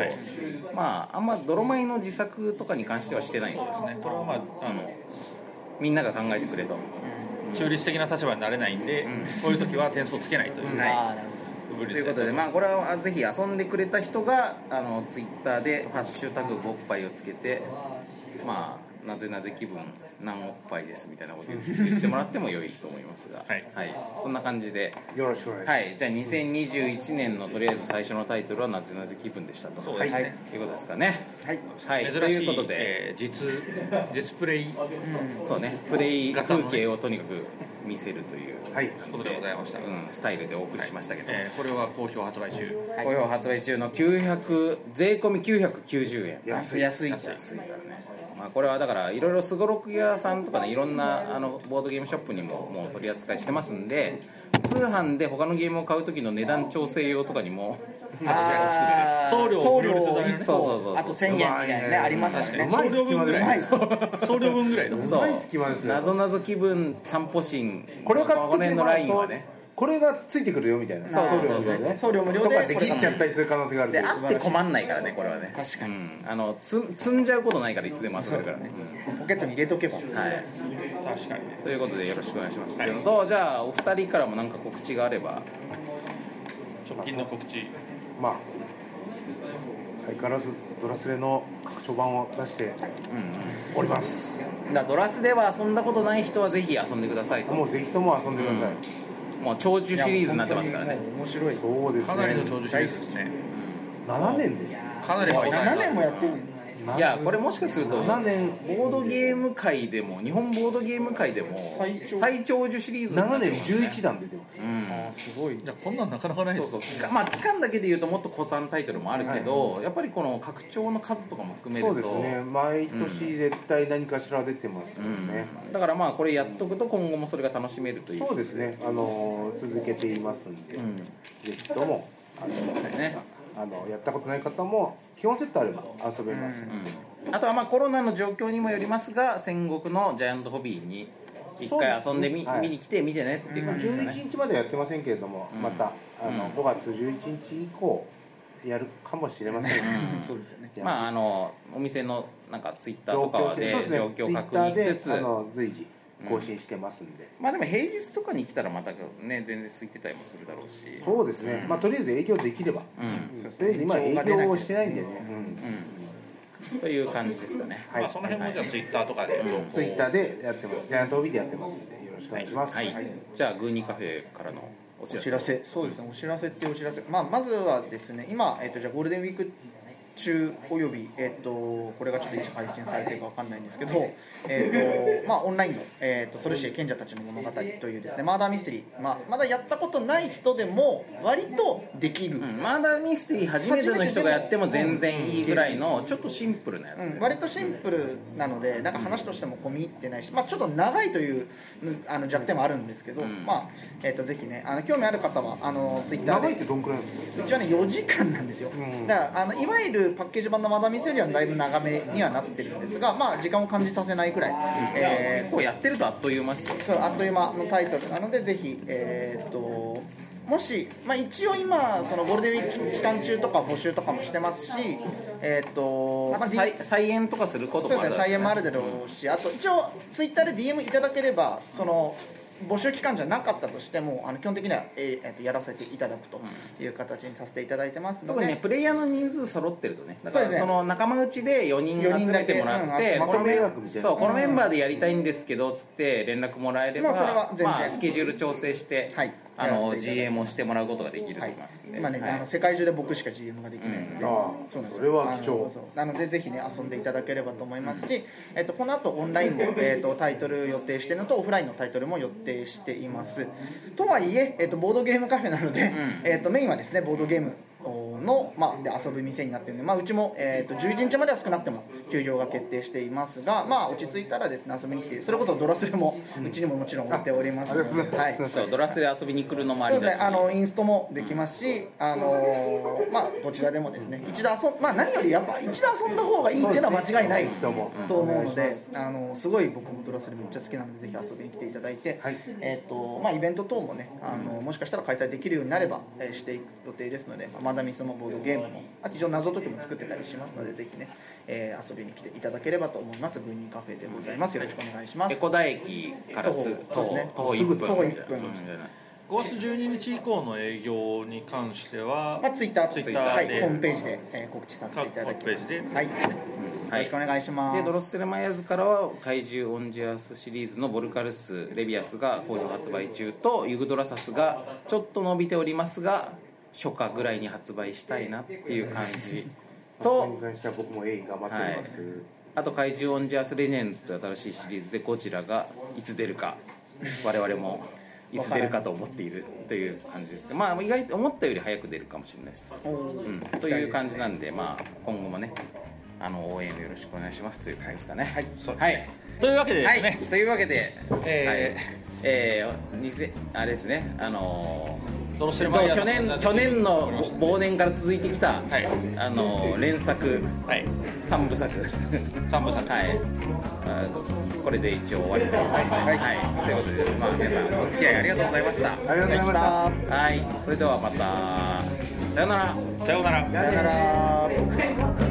Speaker 3: まああんま泥米の自作とかに関してはしてないんですよね
Speaker 4: ねこれはまああの
Speaker 3: みんなが考えてくれと
Speaker 4: 中立的な立場になれないんで、こういう時は点数をつけないという、
Speaker 3: はい
Speaker 6: ああなるほ
Speaker 4: ブ
Speaker 6: ど
Speaker 3: と
Speaker 4: リ
Speaker 3: い
Speaker 4: で
Speaker 3: う
Speaker 4: す
Speaker 3: こ
Speaker 4: ね
Speaker 3: とで、まあ、これはぜひ遊んでくれた人があのツイッターで「ハッシュタグおっぱい」をつけてまあなぜなぜ気分何おっぱいですみたいなこと言って言ってもらっても良いと思いますが、
Speaker 4: はい
Speaker 3: そんな感じで、
Speaker 5: よろしくお願いします、
Speaker 3: はい、じゃあ2021年のとりあえず最初のタイトルは「なぜなぜ気分」でしたと
Speaker 4: そうですね
Speaker 3: はい、ということですかね
Speaker 6: はい
Speaker 3: はい
Speaker 4: 珍しい
Speaker 3: ということで、
Speaker 4: えー実実プレイ
Speaker 3: そうねプレイ
Speaker 4: ガチャの
Speaker 3: 風
Speaker 4: ね
Speaker 3: 景をとにかく見せるという
Speaker 5: はい
Speaker 4: ことでございました、
Speaker 3: うん、スタイルでお送りしましたけど、
Speaker 4: えーこれは好評発売中
Speaker 3: 好評発売中の900税込み990円
Speaker 5: 安い
Speaker 3: 安い安いからね、まあ、これはだからいろいろすごろく屋さんとかねいろんなあのボードゲームショップにももう取り扱いしてますんで通販で他のゲームを買う時の値段調整用とかにも
Speaker 6: あー
Speaker 4: 送料
Speaker 6: 送料
Speaker 4: 無料で
Speaker 6: 1個
Speaker 3: そうそうそうそう
Speaker 6: あと1000円みたいなねありますからね
Speaker 5: うまい隙間ですね
Speaker 4: 送料分ぐらいだもん
Speaker 3: そう
Speaker 5: まい隙間ですよ
Speaker 3: なぞなぞ気分散歩心
Speaker 5: これを買っとけば
Speaker 3: この辺のラインはね
Speaker 5: これがついてくるよみたいな
Speaker 3: そうそうそう
Speaker 5: 無料でね
Speaker 8: 送料無料で
Speaker 5: とかで切っちゃったりする可能性があると
Speaker 3: で
Speaker 5: いう
Speaker 3: あって困んないからねこれはね
Speaker 6: 確かに
Speaker 3: うん、あのつ積んじゃうことないからいつでも遊べるからね、
Speaker 8: ポケットに入れとけば
Speaker 3: うんはい
Speaker 4: 確かにね
Speaker 3: ということでよろしくお願いします、というのとじゃあお二人からも何か告知があれば
Speaker 4: 直近の告知
Speaker 5: まあ相変わらずドラスレの拡張版を出しております、
Speaker 3: だからドラスでは遊んだことない人はぜひ遊んでくださいと
Speaker 5: もうぜひとも遊んでください、
Speaker 3: もう長寿シリーズになってますからね
Speaker 8: 面白い
Speaker 5: そうです
Speaker 4: か
Speaker 5: ね
Speaker 4: なりの長寿シリーズですね
Speaker 5: 7年ですよ
Speaker 4: かなりの
Speaker 8: 7年もやってる
Speaker 3: いやこれもしかすると
Speaker 5: 7年
Speaker 3: ボードゲーム界でも日本ボードゲーム界でも
Speaker 8: 最長
Speaker 3: 最長寿シリーズにな
Speaker 5: 7
Speaker 3: って
Speaker 5: 年
Speaker 3: ます
Speaker 5: 11弾出てます、
Speaker 3: うん
Speaker 8: すごい
Speaker 4: いやこんなんなかなかないで
Speaker 3: そうそ
Speaker 4: す
Speaker 3: う
Speaker 4: よ
Speaker 3: 期間まあ期間だけでいうともっと古参タイトルもあるけど、やっぱりこの拡張の数とかも含める
Speaker 5: そ
Speaker 3: と
Speaker 5: うですね毎年絶対何かしら出てますからね、
Speaker 3: だからまあこれやっとくと今後もそれが楽しめるという
Speaker 5: そうですねあのー続けていますんで、ぜひともあの
Speaker 3: ね
Speaker 5: あのやったことない方も基本セットあれば遊べます、
Speaker 3: あとはまあコロナの状況にもよりますが戦国のジャイアントホビーに一回遊んでみ
Speaker 5: そうですねはい
Speaker 3: 見に来て見てねっていう感じですかね
Speaker 5: 11日まではやってませんけれども、またあの5月11日以降やるかもしれません、
Speaker 8: そうですよね
Speaker 3: まああのお店のなんかツイッターとかで
Speaker 5: そうですね
Speaker 3: 状況確認しつつ
Speaker 5: Twitter であの随時更新してますんで、
Speaker 3: まあでも平日とかに来たらまたね全然空いてたりもするだろうし
Speaker 5: そうですね、まあとりあえず営業できれば、
Speaker 3: うん
Speaker 5: とりあえず今営業をしてないんでね、
Speaker 3: という感じですかね
Speaker 5: はい
Speaker 4: まあ、その辺もじゃあツイッターとかで、
Speaker 5: うんツイッターでやってますジャイアント OB でやってますんでよろしくお願いします、
Speaker 3: はい、じゃあグーニーカフェからのお知
Speaker 6: お
Speaker 3: ら
Speaker 6: 知
Speaker 3: せ
Speaker 6: らせそうですねお知らせってお知らせ、まあ、まずはですね今、えっとじゃあゴールデンウィーク中および、えっとこれがちょっといつ配信されてるかわかんないんですけど、えっとまあ、オンラインの「えっとソルシエ賢者たちの物語」というですねマーダーミステリー、まあ、まだやったことない人でも割とできる、
Speaker 3: うんマーダーミステリー初めての人がやっても全然いいぐらいのちょっとシンプルなやつ
Speaker 6: うん、割とシンプルなのでなんか話としても込み入ってないし、まあ、ちょっと長いといううんあの弱点もあるんですけど、
Speaker 3: ん
Speaker 6: まあえっとぜひねあの興味ある方はあのツイッターで
Speaker 5: 長いってどんくらいなんですか
Speaker 6: うちはね4時間なんですよ、
Speaker 5: うん
Speaker 6: だからあのいわゆるパッケージ版のマダミスよりはだいぶ長めにはなってるんですが、まあ、時間を感じさせないくらい、え
Speaker 3: 結構やってるとあっという間ですよ
Speaker 6: ーそうあっという間のタイトルなのでぜひえーっともし、まあ、一応今そのゴールデンウィーク期間中とか募集とかもしてますしえーっと、まあ、
Speaker 3: 再再演とかすること
Speaker 6: そうで
Speaker 3: もあるだろう
Speaker 6: すね、対演もあるだろうし、あと一応、ツイッターで DM いただければ、その募集期間じゃなかったとしても、あの基本的には、えーえーとやらせていただくという形にさせていただいてますの
Speaker 3: 特
Speaker 6: で、
Speaker 3: にねプレイヤーの人数揃ってるとねだか
Speaker 6: そう
Speaker 3: ら
Speaker 6: です
Speaker 3: そ
Speaker 6: ね
Speaker 3: の仲間内で4人集めてもらっ
Speaker 6: 四人だけう
Speaker 3: て
Speaker 6: ん
Speaker 5: ま
Speaker 3: この
Speaker 5: た
Speaker 3: メ
Speaker 5: 迷惑みたいな
Speaker 3: そうこのメンバーでやりたいんですけどつって連絡もらえれば、
Speaker 6: まあそれは全然
Speaker 3: まあスケジュール調整して、
Speaker 6: はい
Speaker 3: あ
Speaker 6: や
Speaker 3: の
Speaker 6: らせていただ
Speaker 3: GM をしてもらうことができると
Speaker 6: は
Speaker 3: 思
Speaker 6: い
Speaker 3: いますんで、
Speaker 6: 今ね、
Speaker 3: はい
Speaker 6: あの世界中で僕しか GM ができないので、
Speaker 5: ああ
Speaker 6: そうなんですよ
Speaker 5: それは貴
Speaker 6: あの
Speaker 5: 重
Speaker 6: そうなのでぜひね遊んでいただければと思いますし、えっとこの後オンラインも、えっとタイトル予定してるのとオフラインのタイトルも予定していますとはいええっとボードゲームカフェなので、えっとメインはですねボードゲームの、まあ、で遊ぶ店になってるので、まあ、うちも、えっと11日までは少なくとも休業が決定していますが、まあ、落ち着いたらですね遊びに来てそれこそドラスレもうちにももちろん置いておりますので、はい
Speaker 3: そうドラスで遊びに来るのもあ
Speaker 6: そう
Speaker 3: り
Speaker 6: で
Speaker 3: だ
Speaker 6: す
Speaker 3: し
Speaker 6: ね、あのインストもできますし、あのまあ、どちらでもですね、一度遊ん、まあ、何よりやっぱ一度遊んだ方がいいっていうのは間違いないと
Speaker 5: どうも
Speaker 6: 思うの
Speaker 5: お願い
Speaker 6: で
Speaker 5: します、
Speaker 6: あのすごい僕もドラスルめっちゃ好きなので、ぜひ遊びに来ていただいて、
Speaker 5: はい
Speaker 6: えっとまあ、イベント等もねあの、もしかしたら開催できるようになれば、えーしていく予定ですので、まあマダミスのボードゲームも、あと一応謎解きも作ってたりしますので、ぜひね、えー遊びに来ていただければと思います、グーニーカフェでございます。よろしくお願いします
Speaker 3: 江。古田駅からす
Speaker 6: 徒歩そうですね
Speaker 3: 徒歩1分
Speaker 6: 徒歩1分
Speaker 3: そうみたいな
Speaker 4: 5月12日以降の営業に関しては、
Speaker 6: まあ、ツイッター、
Speaker 4: Twitter
Speaker 6: はい、ホ
Speaker 4: で
Speaker 6: ームページで、えー告知させていただきます。
Speaker 4: 各ホームページで
Speaker 6: はい、
Speaker 3: はい
Speaker 6: よろしくお願いします。
Speaker 3: でドロステルマイヤーズからは怪獣オンジアスシリーズのボルカルスレビアスが好評発売中とユグドラサスがちょっと伸びておりますが初夏ぐらいに発売したいなっていう感じ
Speaker 5: それに
Speaker 3: と
Speaker 5: 関しては僕も鋭意頑張っております、
Speaker 3: あと怪獣オンジアスレジェンズという新しいシリーズでゴジラがいつ出るか我々もいつ出るかと思っているという感じですけどまあ意外と思ったより早く出るかもしれないです、うん、という感じなんで、まあ、今後もねあの応援よろしくお願いしますという感じですかねはい
Speaker 4: そうです
Speaker 3: はい
Speaker 4: というわけでです
Speaker 3: はい
Speaker 4: ね、
Speaker 3: というわけで、
Speaker 4: えー
Speaker 3: はいえーにせあれですね、あの
Speaker 4: ドロッセルマイヤ
Speaker 3: ー、
Speaker 4: ー
Speaker 3: 去年去年の忘年から続いてきた、
Speaker 4: はい
Speaker 3: あのー連作
Speaker 4: はい
Speaker 3: 三部作、
Speaker 4: 三部作
Speaker 3: はい、あーこれで一応終わりという、はいということで、まあ、皆さんお付き合いありがとうございました。
Speaker 5: ありがとうございました
Speaker 3: はい、それではまた、さようなら。
Speaker 4: さようなら
Speaker 5: さよなら